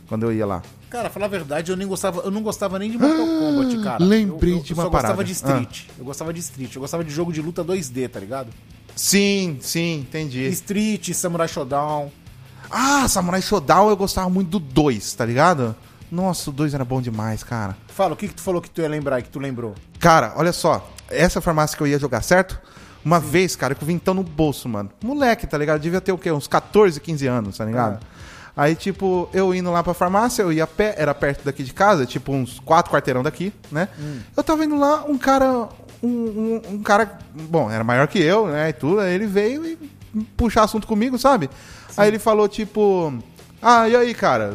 Speaker 3: Quando eu ia lá.
Speaker 2: Cara, falar a verdade, eu nem gostava, eu não gostava nem de Mortal Kombat, cara.
Speaker 3: Ah, lembrei
Speaker 2: Eu- eu,
Speaker 3: de uma
Speaker 2: só
Speaker 3: parada.
Speaker 2: gostava de Street. Eu gostava de Street, eu gostava de jogo de luta 2D, tá ligado?
Speaker 3: Sim, sim, entendi.
Speaker 2: Street, Samurai Shodown.
Speaker 3: Ah, Samurai Shodown eu gostava muito do 2, tá ligado? Nossa, o 2 era bom demais, cara.
Speaker 2: Fala, o que que tu falou que tu ia lembrar e que tu lembrou?
Speaker 3: Cara, olha só. Essa farmácia que eu ia jogar, certo? Uma vez, cara, que eu vim então no bolso, mano. Moleque, tá ligado? Devia ter o quê? Uns 14, 15 anos, tá ligado? Aí, tipo, eu indo lá pra farmácia, eu ia a pé, era perto daqui de casa, tipo uns quatro quarteirão daqui, né? Eu tava indo lá, um cara. Um, um- um cara. Bom, era maior que eu, né? E tudo. Aí ele veio e puxar assunto comigo, sabe? Aí ele falou, tipo. Ah, e aí, cara?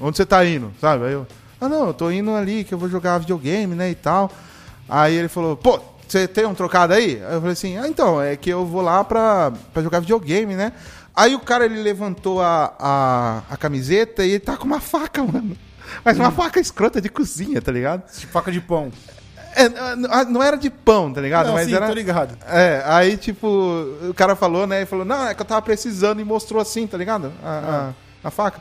Speaker 3: Onde você tá indo? Sabe? Aí eu, ah, não, eu tô indo ali que eu vou jogar videogame, né, e tal. Aí ele falou, pô, você tem um trocado aí? Aí eu falei assim, ah, então, é que eu vou lá pra, pra jogar videogame, né? Aí o cara, ele levantou a, a, a camiseta e ele tá com uma faca, mano. Mas uma faca escrota de cozinha, tá ligado?
Speaker 2: Faca de pão.
Speaker 3: É, n- n- não era de pão, tá ligado?
Speaker 2: Não,
Speaker 3: Mas
Speaker 2: sim,
Speaker 3: era...
Speaker 2: tô ligado.
Speaker 3: É, aí, tipo, o cara falou, né? E falou, não, é que eu tava precisando e mostrou assim, tá ligado? A, a-
Speaker 2: Ah.
Speaker 3: a faca.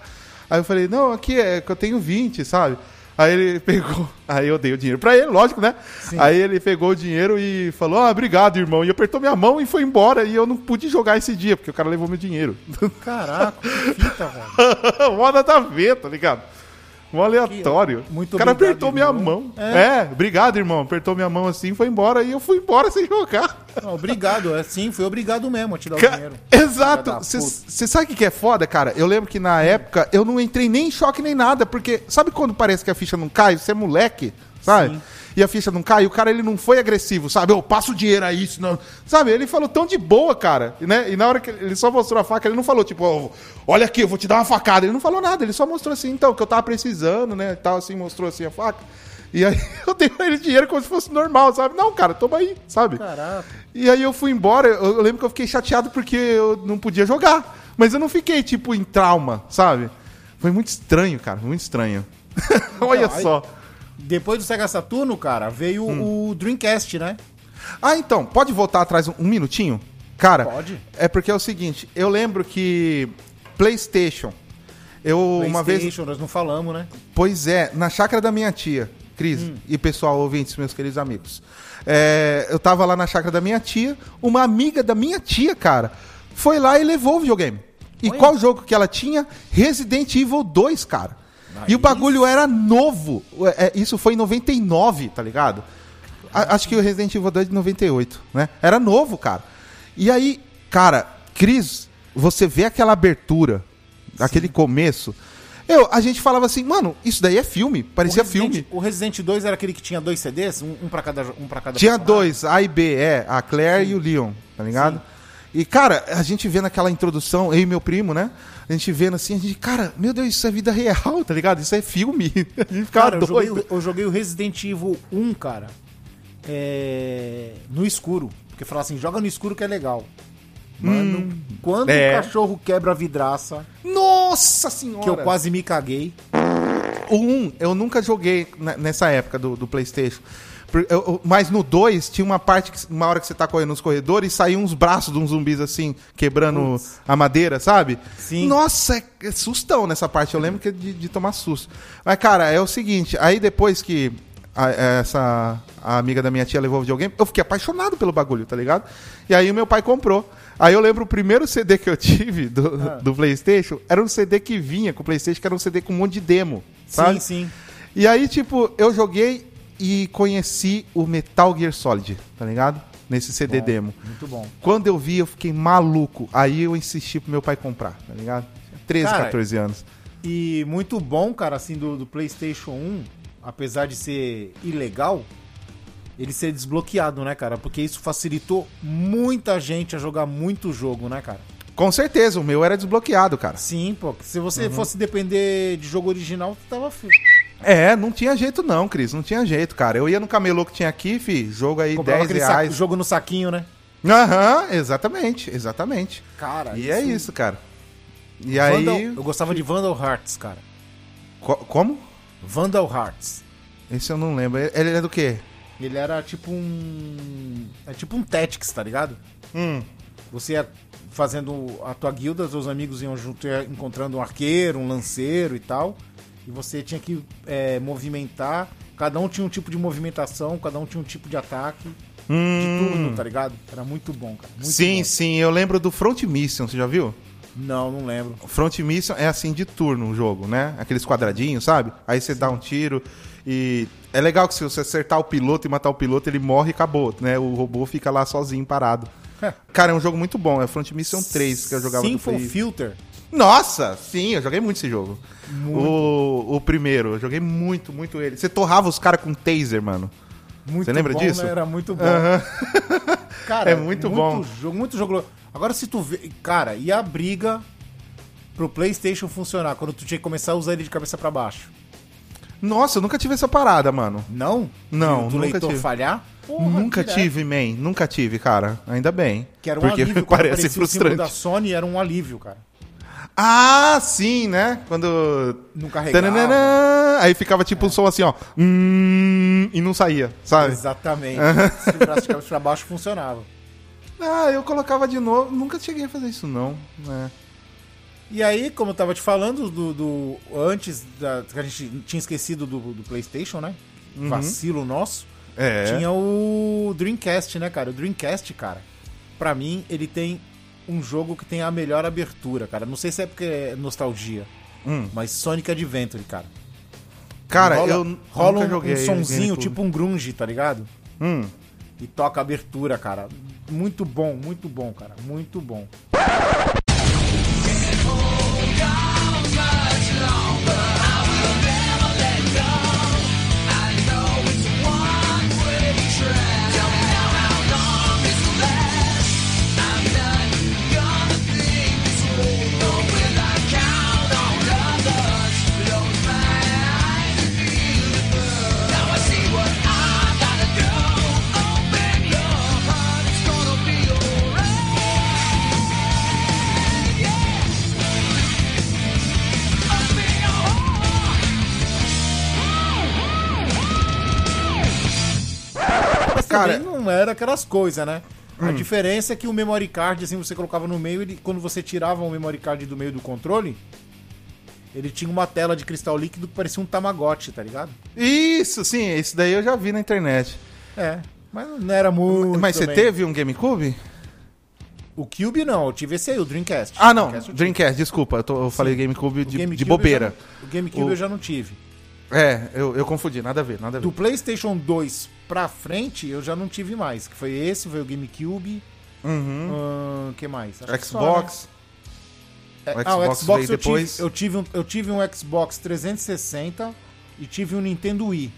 Speaker 3: Aí eu falei, não, aqui é que eu tenho 20, sabe? Aí ele pegou, aí eu dei o dinheiro pra ele, lógico, né? Aí ele pegou o dinheiro e falou, ah, obrigado, irmão. E apertou minha mão e foi embora. E eu não pude jogar esse dia, porque o cara levou meu dinheiro.
Speaker 2: Caraca, que fita, velho.
Speaker 3: Mó nada a ver, tá ligado? Mó aleatório.
Speaker 2: Muito
Speaker 3: o cara
Speaker 2: obrigado,
Speaker 3: apertou minha
Speaker 2: irmão.
Speaker 3: mão.
Speaker 2: É.
Speaker 3: É. obrigado, irmão. Apertou minha mão assim, foi embora. E eu fui embora sem jogar.
Speaker 2: Não, obrigado, é sim, fui obrigado mesmo a te dar o
Speaker 3: Ca-
Speaker 2: dinheiro.
Speaker 3: Exato.
Speaker 2: Filha da puta.
Speaker 3: Você sabe o que que é foda, cara? Eu lembro que na época eu não entrei nem em choque nem nada, porque sabe quando parece que a ficha não cai? Você é moleque, sabe? E a ficha não cai, o cara ele não foi agressivo, sabe? Eu passo o dinheiro aí, senão. Sabe? Ele falou tão de boa, cara. E, né? e na hora que ele só mostrou a faca, ele não falou, tipo, "Ó, olha aqui, eu vou te dar uma facada. Ele não falou nada, ele só mostrou assim, então, que eu tava precisando, né? e Tal, assim, mostrou assim a faca. E aí eu dei pra ele dinheiro como se fosse normal, sabe? Não, cara, toma aí, sabe?
Speaker 2: Caraca.
Speaker 3: E aí eu fui embora, eu eu lembro que eu fiquei chateado porque eu não podia jogar. Mas eu não fiquei, tipo, em trauma, sabe? Foi muito estranho, cara, muito estranho. Olha
Speaker 2: Não, aí-
Speaker 3: só.
Speaker 2: Depois do Sega Saturno, cara, veio
Speaker 3: Hum.
Speaker 2: o Dreamcast, né?
Speaker 3: Ah, então, pode voltar atrás um, um minutinho? Cara,
Speaker 2: Pode.
Speaker 3: é porque é o seguinte, eu lembro que PlayStation, eu uma vez...
Speaker 2: PlayStation, nós não falamos, né?
Speaker 3: Pois é, na chácara da minha tia, Cris, e pessoal, ouvintes, meus queridos amigos. É, eu tava lá na chácara da minha tia, uma amiga da minha tia, cara, foi lá e levou o videogame. E qual jogo que ela tinha? Resident Evil 2, cara. E o bagulho era novo. É, é, isso foi em 99, tá ligado? A- acho que o Resident Evil 2 de 98, né? Era novo, cara. E aí, cara, Cris, você vê aquela abertura, aquele começo. Eu, a gente falava assim, mano, isso daí é filme, parecia
Speaker 2: o Resident,
Speaker 3: filme.
Speaker 2: O Resident 2 era aquele que tinha dois CDs, um, um pra cada um para cada
Speaker 3: Tinha
Speaker 2: personagem?
Speaker 3: dois, A e B, é, a Claire e o Leon, tá ligado? E, cara, a gente vendo aquela introdução, eu e meu primo, né? A gente vendo assim, a gente, cara, meu Deus, isso é vida real, tá ligado? Isso é filme. A gente ficava
Speaker 2: Cara, eu joguei,
Speaker 3: doido.
Speaker 2: o- eu joguei o Resident Evil 1, cara, é, no escuro. Porque falava assim, joga no escuro que é legal. Mano, quando
Speaker 3: é.
Speaker 2: o cachorro quebra a vidraça,
Speaker 3: Nossa senhora!
Speaker 2: que eu quase me caguei.
Speaker 3: O 1 eu nunca joguei na- nessa época do, do PlayStation. Por- eu- eu- mas no 2 tinha uma parte, que, uma hora que você tá correndo nos corredores e saiam uns braços de uns zumbis assim, quebrando a madeira, sabe?
Speaker 2: Sim.
Speaker 3: Nossa, é, é sustão nessa parte. Eu lembro que é de, de tomar susto. Mas, cara, é o seguinte: aí depois que a- é, essa a amiga da minha tia levou o videogame, eu fiquei apaixonado pelo bagulho, tá ligado? E aí o meu pai comprou. Aí eu lembro o primeiro CD que eu tive do,
Speaker 2: Ah.
Speaker 3: do PlayStation era um CD que vinha com o PlayStation, que era um CD com um monte de demo. Sabe?
Speaker 2: Sim, sim.
Speaker 3: E aí, tipo, eu joguei e conheci o Metal Gear Solid, tá ligado? Nesse CD demo.
Speaker 2: Muito bom.
Speaker 3: Quando eu vi, eu fiquei maluco. Aí eu insisti pro meu pai comprar, tá ligado? 13,
Speaker 2: Cara,
Speaker 3: 14 anos.
Speaker 2: E muito bom, cara, assim, do, do PlayStation 1, apesar de ser ilegal, ele ser desbloqueado, né, cara? Porque isso facilitou muita gente a jogar muito jogo, né, cara?
Speaker 3: Com certeza, o meu era desbloqueado, cara.
Speaker 2: Sim, pô. Se você fosse depender de jogo original, tu tava frio.
Speaker 3: É, não tinha jeito não, Cris. Não tinha jeito, cara. Eu ia no camelô que tinha aqui, fi, jogo aí 10 reais.
Speaker 2: jogo no saquinho, né?
Speaker 3: Aham, exatamente, exatamente.
Speaker 2: Cara,
Speaker 3: E é isso, cara. E
Speaker 2: Vandal-
Speaker 3: aí...
Speaker 2: Eu gostava de Vandal Hearts, cara.
Speaker 3: co- como?
Speaker 2: Vandal Hearts.
Speaker 3: Esse eu não lembro. Ele é do quê?
Speaker 2: Ele era tipo um. É tipo um Tactics, tá ligado?
Speaker 3: Hum.
Speaker 2: Você ia fazendo a tua guilda, seus amigos iam junto, ia encontrando um arqueiro, um lanceiro e tal. E você tinha que é, movimentar. Cada um tinha um tipo de movimentação, cada um tinha um tipo de ataque. De tudo, tá ligado? Era muito bom, cara. Muito
Speaker 3: Hum. sim,
Speaker 2: bom.
Speaker 3: sim, eu lembro do Front Mission, você já viu?
Speaker 2: Não, não lembro.
Speaker 3: Front Mission é assim de turno o jogo, né? Aqueles quadradinhos, sabe? Aí você dá um tiro e é legal que se você acertar o piloto e matar o piloto, ele morre e acabou, né? O robô fica lá sozinho parado. Cara, é um jogo muito bom, é Front Mission 3 que eu jogava do
Speaker 2: Sinful
Speaker 3: Play.
Speaker 2: Filter.
Speaker 3: Nossa, sim, eu joguei muito esse jogo. O, o primeiro, eu joguei muito, muito ele. Você torrava os caras com taser, mano.
Speaker 2: Muito
Speaker 3: Você lembra
Speaker 2: bom,
Speaker 3: disso?
Speaker 2: né? Era muito bom. Cara,
Speaker 3: É muito bom.
Speaker 2: Jogo, muito jogo. Agora, se tu vê. Cara, e a briga pro PlayStation funcionar, quando tu tinha que começar a usar ele de cabeça pra baixo.
Speaker 3: Nossa, eu nunca tive essa parada, mano.
Speaker 2: Não?
Speaker 3: Não,
Speaker 2: Do
Speaker 3: nunca
Speaker 2: leitor
Speaker 3: tive.
Speaker 2: falhar?
Speaker 3: nunca
Speaker 2: direto.
Speaker 3: tive, man. Nunca tive, cara. Ainda bem.
Speaker 2: Que era um
Speaker 3: porque
Speaker 2: alívio. quando
Speaker 3: parece
Speaker 2: aparecia o símbolo
Speaker 3: frustrante.
Speaker 2: da Sony era um alívio, cara.
Speaker 3: Ah, sim, né? Quando.
Speaker 2: Não carregava.
Speaker 3: Tananana, aí ficava tipo um som assim, ó. Hum, e não saía, sabe?
Speaker 2: Exatamente. Se o braço de cabeça pra baixo funcionava.
Speaker 3: Ah, eu colocava de novo. Nunca cheguei a fazer isso, não. né?
Speaker 2: E aí, como eu tava te falando, do, do- antes da, que a gente tinha esquecido do, do PlayStation, né?
Speaker 3: Uhum.
Speaker 2: Vacilo nosso.
Speaker 3: É.
Speaker 2: Tinha o Dreamcast, né, cara? O Dreamcast, cara, pra mim, ele tem um jogo que tem a melhor abertura, cara. Não sei se é porque é nostalgia,
Speaker 3: Hum.
Speaker 2: mas Sonic Adventure, cara.
Speaker 3: Cara,
Speaker 2: rola,
Speaker 3: eu n-
Speaker 2: rola
Speaker 3: nunca
Speaker 2: um,
Speaker 3: joguei
Speaker 2: um sonzinho,
Speaker 3: GameCube.
Speaker 2: tipo um grunge, tá ligado?
Speaker 3: Hum.
Speaker 2: E toca a abertura, cara. Muito bom, muito bom, cara. Muito bom. Mas
Speaker 3: Cara- Hum.
Speaker 2: cara, não era aquelas coisas, né? A diferença é que o memory card, assim, você colocava no meio, ele, quando você tirava o memory card do meio do controle, ele tinha uma tela de cristal líquido que parecia um tamagotchi, tá ligado?
Speaker 3: Isso, sim, isso daí eu já vi na internet.
Speaker 2: É, mas não era muito.
Speaker 3: Mas você
Speaker 2: bem.
Speaker 3: teve um GameCube?
Speaker 2: O Cube não, eu tive esse aí, o Dreamcast.
Speaker 3: Ah, não,
Speaker 2: Dreamcast eu tive.
Speaker 3: Dreamcast, desculpa, eu, tô- eu falei GameCube
Speaker 2: O
Speaker 3: de,
Speaker 2: GameCube
Speaker 3: de
Speaker 2: eu
Speaker 3: bobeira.
Speaker 2: já não- o GameCube
Speaker 3: O-
Speaker 2: eu já não tive.
Speaker 3: É, eu, eu confundi, nada a ver, nada a ver.
Speaker 2: Do PlayStation 2 pra frente, eu já não tive mais. Que foi esse, foi o GameCube.
Speaker 3: Uhum.
Speaker 2: O que mais? Acho que só, né?
Speaker 3: Xbox.
Speaker 2: É,
Speaker 3: O
Speaker 2: ah, o
Speaker 3: Xbox
Speaker 2: Xbox
Speaker 3: veio
Speaker 2: eu
Speaker 3: depois.
Speaker 2: tive, eu tive um, eu tive um Xbox 360 e tive um Nintendo Wii.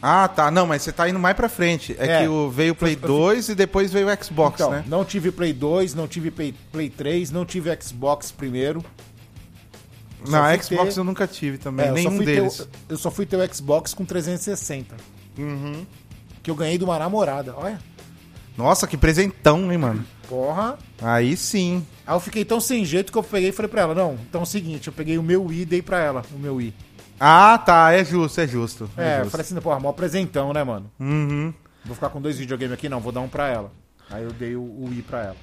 Speaker 3: Ah, tá. Não, mas você tá indo mais pra frente. É,
Speaker 2: É.
Speaker 3: que o, veio o Play 2 e depois veio o Xbox,
Speaker 2: então,
Speaker 3: né?
Speaker 2: não tive Play 2, não tive Play, Play 3, não tive Xbox primeiro. só
Speaker 3: Não,
Speaker 2: fui
Speaker 3: Xbox
Speaker 2: ter-
Speaker 3: eu nunca tive também,
Speaker 2: É, eu, só
Speaker 3: nenhum
Speaker 2: fui ter,
Speaker 3: deles.
Speaker 2: o- eu só fui ter o Xbox com 360.
Speaker 3: Uhum.
Speaker 2: Que eu ganhei de uma namorada, olha.
Speaker 3: Nossa, que presentão, hein, mano?
Speaker 2: Porra.
Speaker 3: Aí sim.
Speaker 2: Aí eu fiquei tão sem jeito que eu peguei e falei pra ela, não, então é o seguinte, eu peguei o meu Wii e dei pra ela, o meu Wii.
Speaker 3: Ah, tá, é justo, é justo.
Speaker 2: É, eu
Speaker 3: justo.
Speaker 2: falei assim, porra, mó presentão, né, mano?
Speaker 3: Uhum.
Speaker 2: Vou ficar com dois videogames aqui? Não, vou dar um pra ela. Aí eu dei o, o Wii pra ela.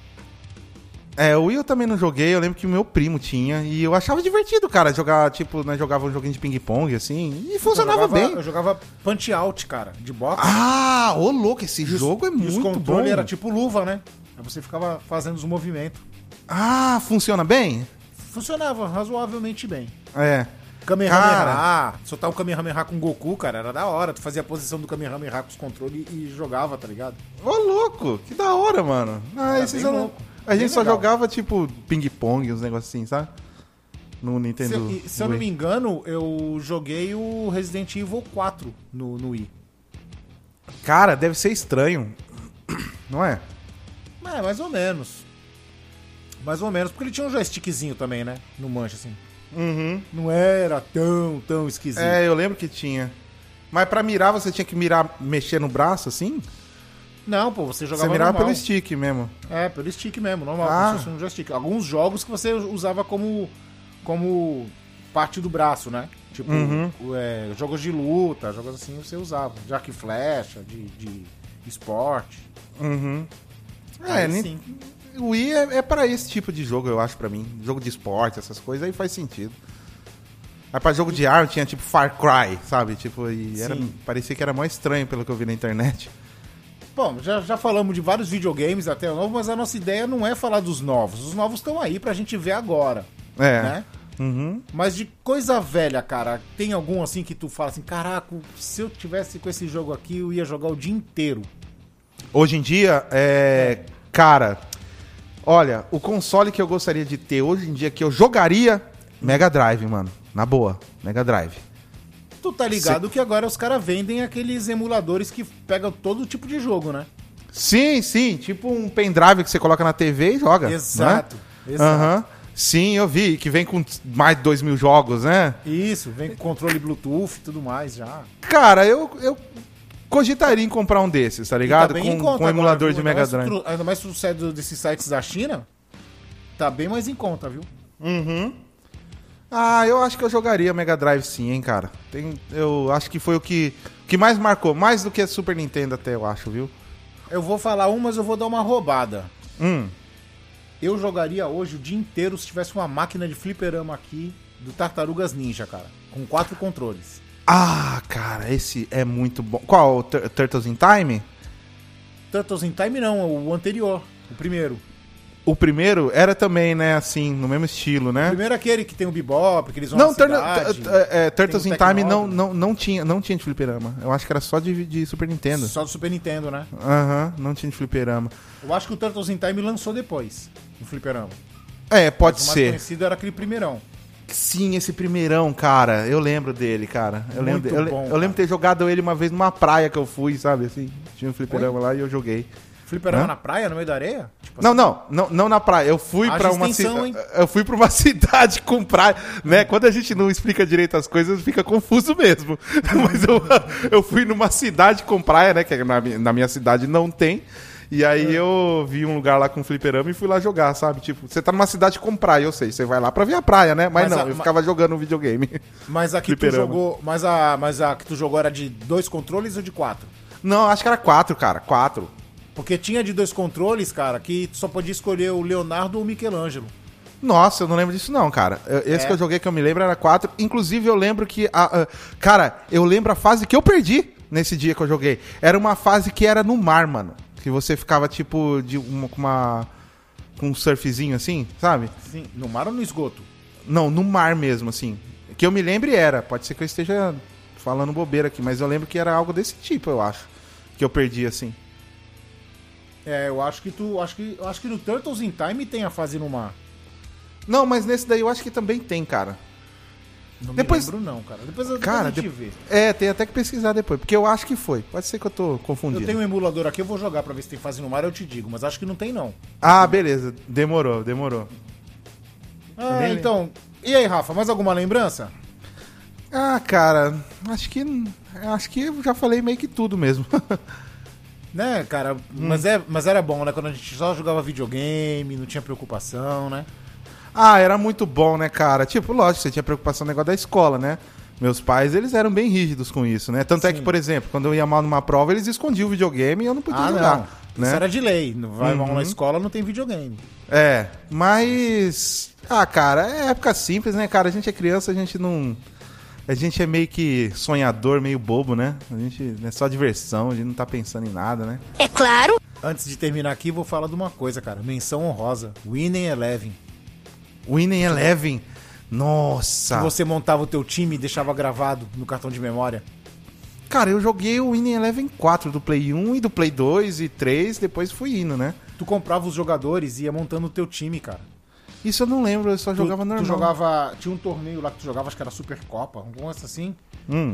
Speaker 3: É, o Wii eu também não joguei, eu lembro que o meu primo tinha, e eu achava divertido, cara, jogar, tipo, nós jogava um joguinho de ping-pong, assim, e funcionava
Speaker 2: eu jogava,
Speaker 3: bem.
Speaker 2: Eu jogava punch out, cara, de boxe.
Speaker 3: Ah, ô louco, esse
Speaker 2: E os-
Speaker 3: jogo é
Speaker 2: e os
Speaker 3: muito bom.
Speaker 2: controle era tipo luva, né? Aí você ficava fazendo os movimentos.
Speaker 3: Ah, funciona bem?
Speaker 2: Funcionava razoavelmente bem.
Speaker 3: É.
Speaker 2: Kamehameha, Ah, soltar o Kamehameha com o Goku, cara, era da hora. Tu fazia a posição do Kamehameha com os controles e jogava, tá ligado?
Speaker 3: Ô louco, que da hora, mano. Ah,
Speaker 2: Era bem
Speaker 3: esses eu não-
Speaker 2: louco,
Speaker 3: A gente
Speaker 2: bem
Speaker 3: só
Speaker 2: legal.
Speaker 3: jogava, tipo, ping-pong, uns negocinhos, assim, sabe? No Nintendo.
Speaker 2: Se, e- se eu não me
Speaker 3: Wii.
Speaker 2: engano, eu joguei o Resident Evil 4 no, no Wii.
Speaker 3: Cara, deve ser estranho. Não é?
Speaker 2: É, mais ou menos. Mais ou menos, porque ele tinha um joystickzinho também, né? No manche, assim.
Speaker 3: Uhum.
Speaker 2: Não era tão, tão esquisito.
Speaker 3: É, eu lembro que tinha. Mas pra mirar, você tinha que mirar, mexer no braço, assim?
Speaker 2: Não, pô, você jogava
Speaker 3: você mirava
Speaker 2: normal.
Speaker 3: pelo stick mesmo.
Speaker 2: É, pelo stick mesmo, normal,
Speaker 3: Ah.
Speaker 2: como se fosse um joystick. Alguns jogos que você usava como, como parte do braço, né? Tipo,
Speaker 3: Uhum.
Speaker 2: o- é, jogos de luta, jogos assim você usava. De arco e flecha, de, de esporte.
Speaker 3: Uhum. É,
Speaker 2: Aí
Speaker 3: nem-
Speaker 2: sim.
Speaker 3: o Wii é, é para esse tipo de jogo, eu acho, pra mim. Jogo de esporte, essas coisas, aí faz sentido. Mas pra jogo de arma tinha tipo Far Cry, sabe? Tipo, e era,
Speaker 2: Sim.
Speaker 3: parecia que era mó estranho pelo que eu vi na internet.
Speaker 2: Bom, já, já falamos de vários videogames até o novo, mas a nossa ideia não é falar dos novos. Os novos estão aí pra gente ver agora,
Speaker 3: É.
Speaker 2: né?
Speaker 3: Uhum.
Speaker 2: Mas de coisa velha, cara, tem algum assim que tu fala assim, caraca, se eu tivesse com esse jogo aqui, eu ia jogar o dia inteiro.
Speaker 3: Hoje em dia, é. Cara, olha, o console que eu gostaria de ter hoje em dia, que eu jogaria, Mega Drive, mano. Na boa, Mega Drive.
Speaker 2: Tu tá ligado que agora os caras vendem aqueles emuladores que pegam todo tipo de jogo, né?
Speaker 3: Sim, sim, tipo um pendrive que você coloca na TV e joga. né?
Speaker 2: Exato, exato.
Speaker 3: Aham. Sim, eu vi, que vem com mais de 2 mil jogos, né?
Speaker 2: Isso, vem com controle Bluetooth e tudo mais já. Tá
Speaker 3: Cara, eu, eu cogitaria em comprar um desses, tá ligado?
Speaker 2: bem em
Speaker 3: com,
Speaker 2: conta
Speaker 3: com um emulador
Speaker 2: agora,
Speaker 3: de
Speaker 2: viu?
Speaker 3: Mega
Speaker 2: Ainda mais
Speaker 3: Drive.
Speaker 2: tru- Ainda mais sucesso desses sites da China, tá bem mais em conta, viu?
Speaker 3: Uhum. Ah, eu acho que eu jogaria Mega Drive sim, hein, cara. Tem, eu acho que foi o que, que mais marcou, mais do que a Super Nintendo até, eu acho, viu?
Speaker 2: Eu vou falar um, mas eu vou dar uma roubada.
Speaker 3: Hum.
Speaker 2: Eu jogaria hoje o dia inteiro se tivesse uma máquina de fliperama aqui do Tartarugas Ninja, cara. Com quatro controles.
Speaker 3: Ah, cara, esse é muito bom. Qual? O Tur- Turtles in Time?
Speaker 2: Turtles in Time não, é o anterior, o primeiro.
Speaker 3: O primeiro era também, né, assim, no mesmo estilo,
Speaker 2: O
Speaker 3: né?
Speaker 2: primeiro é aquele que tem o bebop, que eles vão
Speaker 3: Não,
Speaker 2: na
Speaker 3: Turtle-
Speaker 2: cidade,
Speaker 3: Tur- é, é, Turtles
Speaker 2: tem um
Speaker 3: in
Speaker 2: o
Speaker 3: Time não,
Speaker 2: Tecnódromo.
Speaker 3: não, não, tinha, não tinha de fliperama. Eu acho que era só de, de Super Nintendo.
Speaker 2: Só do Super Nintendo, né?
Speaker 3: Aham, não tinha de fliperama.
Speaker 2: Eu acho que o Turtles in Time lançou depois, no fliperama.
Speaker 3: É, pode
Speaker 2: O mais
Speaker 3: ser.
Speaker 2: conhecido era aquele primeirão.
Speaker 3: Sim, esse primeirão, cara. Eu lembro dele, cara. Eu
Speaker 2: Muito
Speaker 3: lembro, dele. eu, le-
Speaker 2: bom,
Speaker 3: eu lembro
Speaker 2: cara.
Speaker 3: ter jogado ele uma vez numa praia que eu fui, sabe? Assim, tinha um fliperama lá e eu joguei.
Speaker 2: Fliperama
Speaker 3: Hã?
Speaker 2: na praia, no meio da areia? Tipo
Speaker 3: Não, não, não, não na praia. Eu fui
Speaker 2: Haja
Speaker 3: para uma
Speaker 2: extensão, hein?
Speaker 3: cidade. Eu fui para uma cidade com praia, né? Quando a gente não explica direito as coisas, fica confuso mesmo. Mas eu, eu fui numa cidade com praia, né? Que na, mi- na minha cidade não tem. E
Speaker 2: É.
Speaker 3: aí eu vi um lugar lá com fliperama e fui lá jogar, sabe? Tipo, você tá numa cidade com praia, eu sei, você vai lá pra ver a praia, né? Mas,
Speaker 2: Mas
Speaker 3: não,
Speaker 2: a-
Speaker 3: eu ficava jogando um videogame.
Speaker 2: Mas a que
Speaker 3: Fliperama.
Speaker 2: tu jogou. Mas a, mas a que tu jogou era de dois controles ou de quatro?
Speaker 3: Não, acho que era quatro, cara. Quatro.
Speaker 2: Porque tinha de dois controles, cara, que tu só podia escolher o Leonardo ou o Michelangelo.
Speaker 3: Nossa, eu não lembro disso não, cara. Eu-
Speaker 2: É.
Speaker 3: Esse que eu joguei que eu me lembro era 4. Inclusive, eu lembro que... A, a- cara, eu lembro a fase que eu perdi nesse dia que eu joguei. Era uma fase que era no mar, mano. Que você ficava, tipo, de uma, com uma... Com um surfzinho, assim, sabe?
Speaker 2: Sim, no mar ou no esgoto?
Speaker 3: Não, no mar mesmo, assim. Que eu me lembre era. Pode ser que eu esteja falando bobeira aqui, mas eu lembro que era algo desse tipo, eu acho. Que eu perdi, assim.
Speaker 2: É, eu acho que tu. Acho que, eu acho que no Turtles in Time tem a fase no mar.
Speaker 3: Não, mas nesse daí eu acho que também tem, cara.
Speaker 2: Não
Speaker 3: Depois-
Speaker 2: me lembro, não, cara. Depois, eu- depois
Speaker 3: Cara,
Speaker 2: a gente
Speaker 3: de-
Speaker 2: vê.
Speaker 3: é, tem até que pesquisar depois, porque eu acho que foi. Pode ser que eu tô confundindo.
Speaker 2: Eu tenho um emulador aqui, eu vou jogar pra ver se tem fase no mar, eu te digo, mas acho que não tem, não.
Speaker 3: Ah, beleza. Demorou, demorou.
Speaker 2: Ah,
Speaker 3: Também
Speaker 2: então. E aí, Rafa, mais alguma lembrança?
Speaker 3: Ah, cara, acho que acho que eu já falei meio que tudo mesmo.
Speaker 2: Né,
Speaker 3: Hum.
Speaker 2: cara, mas, é, mas era bom, né? Quando a gente só jogava videogame, não tinha preocupação, né?
Speaker 3: ah, era muito bom, né, cara? Tipo, lógico, você tinha preocupação no negócio da escola, né? Meus pais, eles eram bem rígidos com isso, né? Tanto é que,
Speaker 2: Sim.
Speaker 3: por exemplo, quando eu ia mal numa prova, eles escondiam o videogame e eu não podia jogar,
Speaker 2: Ah, não.
Speaker 3: né?
Speaker 2: Isso era de lei. Não Vai mal
Speaker 3: Uhum.
Speaker 2: na escola, não tem videogame.
Speaker 3: É, mas. Ah, cara, é época simples, né, cara? A gente é criança, a gente não. A gente é meio que sonhador, meio bobo, né? A gente é só diversão, a gente não tá pensando em nada, né?
Speaker 2: Antes de terminar aqui, vou falar de uma coisa, cara. Menção honrosa. Winning Eleven.
Speaker 3: Winning Eleven.
Speaker 2: Que
Speaker 3: Nossa!
Speaker 2: Você montava o teu time e deixava gravado no cartão de memória.
Speaker 3: Cara, eu joguei o Winning Eleven 4 do Play 1 e do Play 2 e 3, depois fui indo, né?
Speaker 2: Tu comprava os jogadores e ia montando o teu time, cara.
Speaker 3: Isso eu não lembro, eu só
Speaker 2: Tu-
Speaker 3: jogava normal.
Speaker 2: Tu jogava. Tinha um torneio lá que tu jogava, acho que era Supercopa, algum lance assim.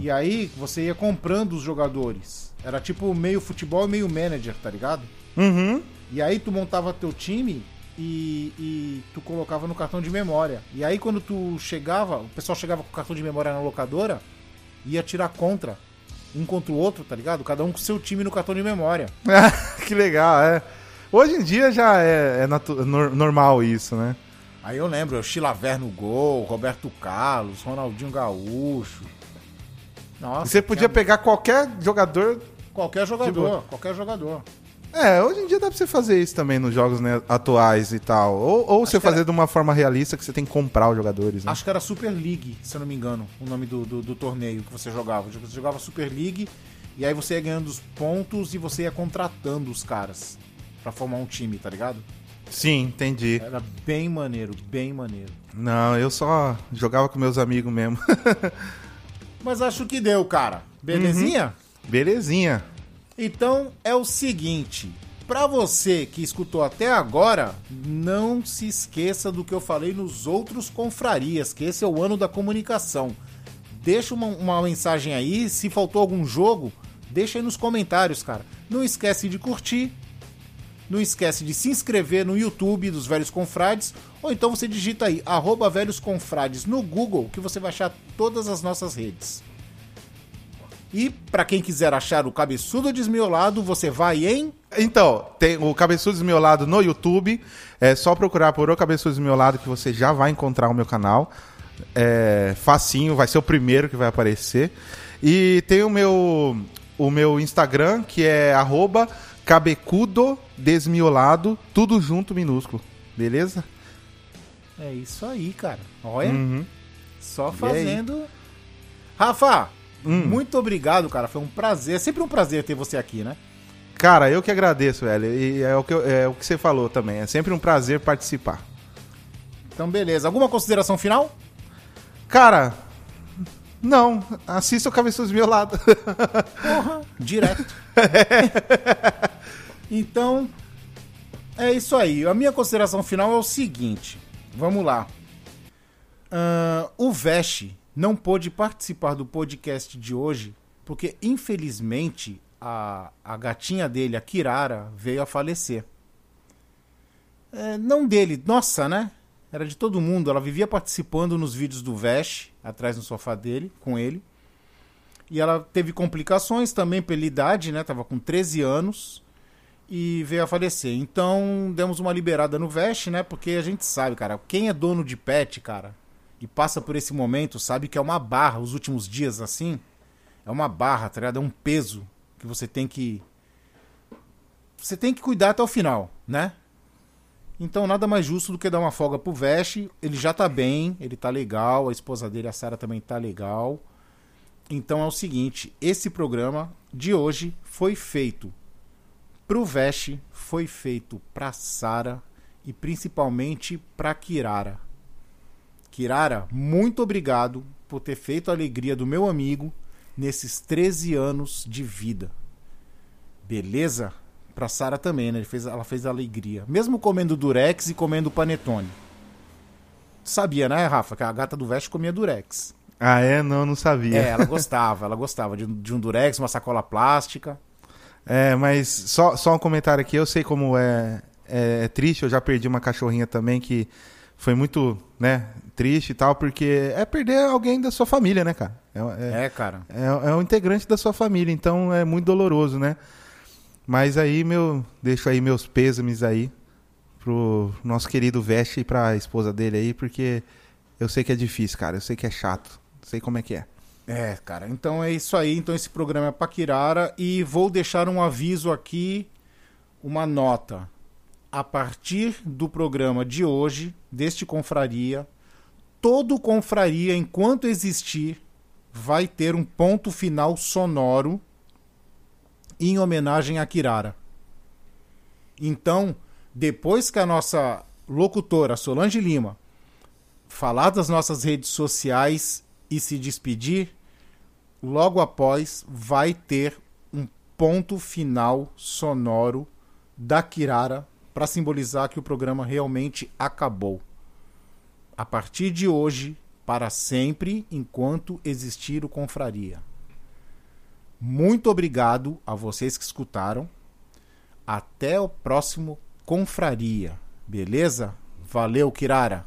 Speaker 2: E aí você ia comprando os jogadores. Era tipo meio futebol e meio manager, tá ligado?
Speaker 3: Uhum.
Speaker 2: E aí tu montava teu time e, e tu colocava no cartão de memória. E aí quando tu chegava, o pessoal chegava com o cartão de memória na locadora e ia tirar contra. Um contra o outro, tá ligado? Cada um com seu time no cartão de memória.
Speaker 3: que legal, é. Hoje em dia já é, é natu- nor- normal isso, né?
Speaker 2: Aí eu lembro, o Chilaver no gol, Roberto Carlos, Ronaldinho Gaúcho. Nossa,
Speaker 3: Você podia Tipo,
Speaker 2: tinha
Speaker 3: pegar qualquer jogador
Speaker 2: qualquer
Speaker 3: boa.
Speaker 2: jogador, qualquer jogador.
Speaker 3: É, hoje em dia dá pra você fazer isso também nos jogos né, atuais e tal. Ou, ou você
Speaker 2: que era-
Speaker 3: fazer de uma forma realista que você tem que comprar os jogadores, né?
Speaker 2: Acho que era Super League, se eu não me engano, o nome do, do, do torneio que você jogava. Tipo, Você jogava Super League e aí você ia ganhando os pontos e você ia contratando os caras pra formar um time, tá ligado?
Speaker 3: Sim, entendi.
Speaker 2: Era bem maneiro, bem maneiro.
Speaker 3: Não, eu só jogava com meus amigos mesmo.
Speaker 2: Mas acho que deu, cara.
Speaker 3: Uhum.
Speaker 2: Belezinha?
Speaker 3: Belezinha.
Speaker 2: Então é o seguinte, pra você que escutou até agora, não se esqueça do que eu falei nos outros confrarias, que esse é o ano da comunicação. Deixa uma, uma mensagem aí, se faltou algum jogo, deixa aí nos comentários, cara. Não esquece de curtir, não esquece de se inscrever no YouTube dos Velhos Confrades Ou então você digita aí, arroba velhos confrades no Google, que você vai achar todas as nossas redes. E pra quem quiser achar o Cabeçudo Desmiolado, você vai em...
Speaker 3: Então, tem o Cabeçudo Desmiolado no YouTube. É só procurar por O Cabeçudo Desmiolado que você já vai encontrar o meu canal. É facinho, vai ser o primeiro que vai aparecer. E tem o meu, o meu Instagram, que é arroba cabecudo desmiolado, tudo junto, minúsculo. Beleza?
Speaker 2: É isso aí, cara. Olha, só fazendo... Rafa, muito obrigado, cara. Foi um prazer. É sempre um prazer ter você aqui, né?
Speaker 3: Cara, eu que agradeço, velho. E é o que, eu- é o que você falou também. É sempre um prazer participar.
Speaker 2: Então, beleza. Alguma consideração final?
Speaker 3: Cara, não. Assista o Cabeçudo Desmiolado.
Speaker 2: Direto. então, é isso aí. A minha consideração final é o seguinte. Vamos lá. Ahn, o Vesh não pôde participar do podcast de hoje porque, infelizmente, a, a gatinha dele, a Kirara, veio a falecer. É, não dele, nossa, né? Era de todo mundo. Ela vivia participando nos vídeos do Vesh, atrás no sofá dele, com ele. E ela teve complicações também pela idade, né? Tava com 13 anos e veio a falecer. Então, demos uma liberada no Vest, né? Porque a gente sabe, cara, quem é dono de pet, cara, e passa por esse momento, sabe que é uma barra os últimos dias assim. É uma barra, tá ligado? É um peso que você tem que você tem que cuidar até o final, né? Então, nada mais justo do que dar uma folga pro Vest. Ele já tá bem, ele tá legal, a esposa dele, a Sara também tá legal. Então é o seguinte, esse programa de hoje foi feito pro Veste, foi feito pra Sara e principalmente pra Kirara. Kirara, muito obrigado por ter feito a alegria do meu amigo nesses 13 anos de vida. Beleza? Pra Sara também, né? Ele fez- ela fez a alegria. Mesmo comendo durex e comendo panetone. Sabia, né, Rafa? Que a gata do Veste comia durex.
Speaker 3: ah, é? Não, não sabia.
Speaker 2: É, ela gostava, ela gostava de, um- de um durex, uma sacola plástica.
Speaker 3: É, mas só, só um comentário aqui. Eu sei como é, é, é triste. Eu já perdi uma cachorrinha também que foi muito, né, triste e tal, porque é perder alguém da sua família, né, cara? É, é,
Speaker 2: É, cara.
Speaker 3: é- é um integrante da sua família, então é muito doloroso, né? Mas aí, meu, deixo aí meus pêsames aí pro nosso querido Veste e pra esposa dele aí, porque eu sei que é difícil, cara. Eu sei que é chato. Sei como é que é.
Speaker 2: É, cara. Então é isso aí. Então esse programa é pra Kirara. E vou deixar um aviso aqui, uma nota. A partir do programa de hoje, deste Confraria, todo Confraria, enquanto existir, vai ter um ponto final sonoro em homenagem a Kirara. Então, depois que a nossa locutora Solange Lima falar das nossas redes sociais e se despedir, logo após vai ter um ponto final sonoro da Kirara para simbolizar que o programa realmente acabou. A partir de hoje, para sempre, enquanto existir o Confraria. Muito obrigado a vocês que escutaram. Até o próximo Confraria. Beleza? Valeu, Kirara!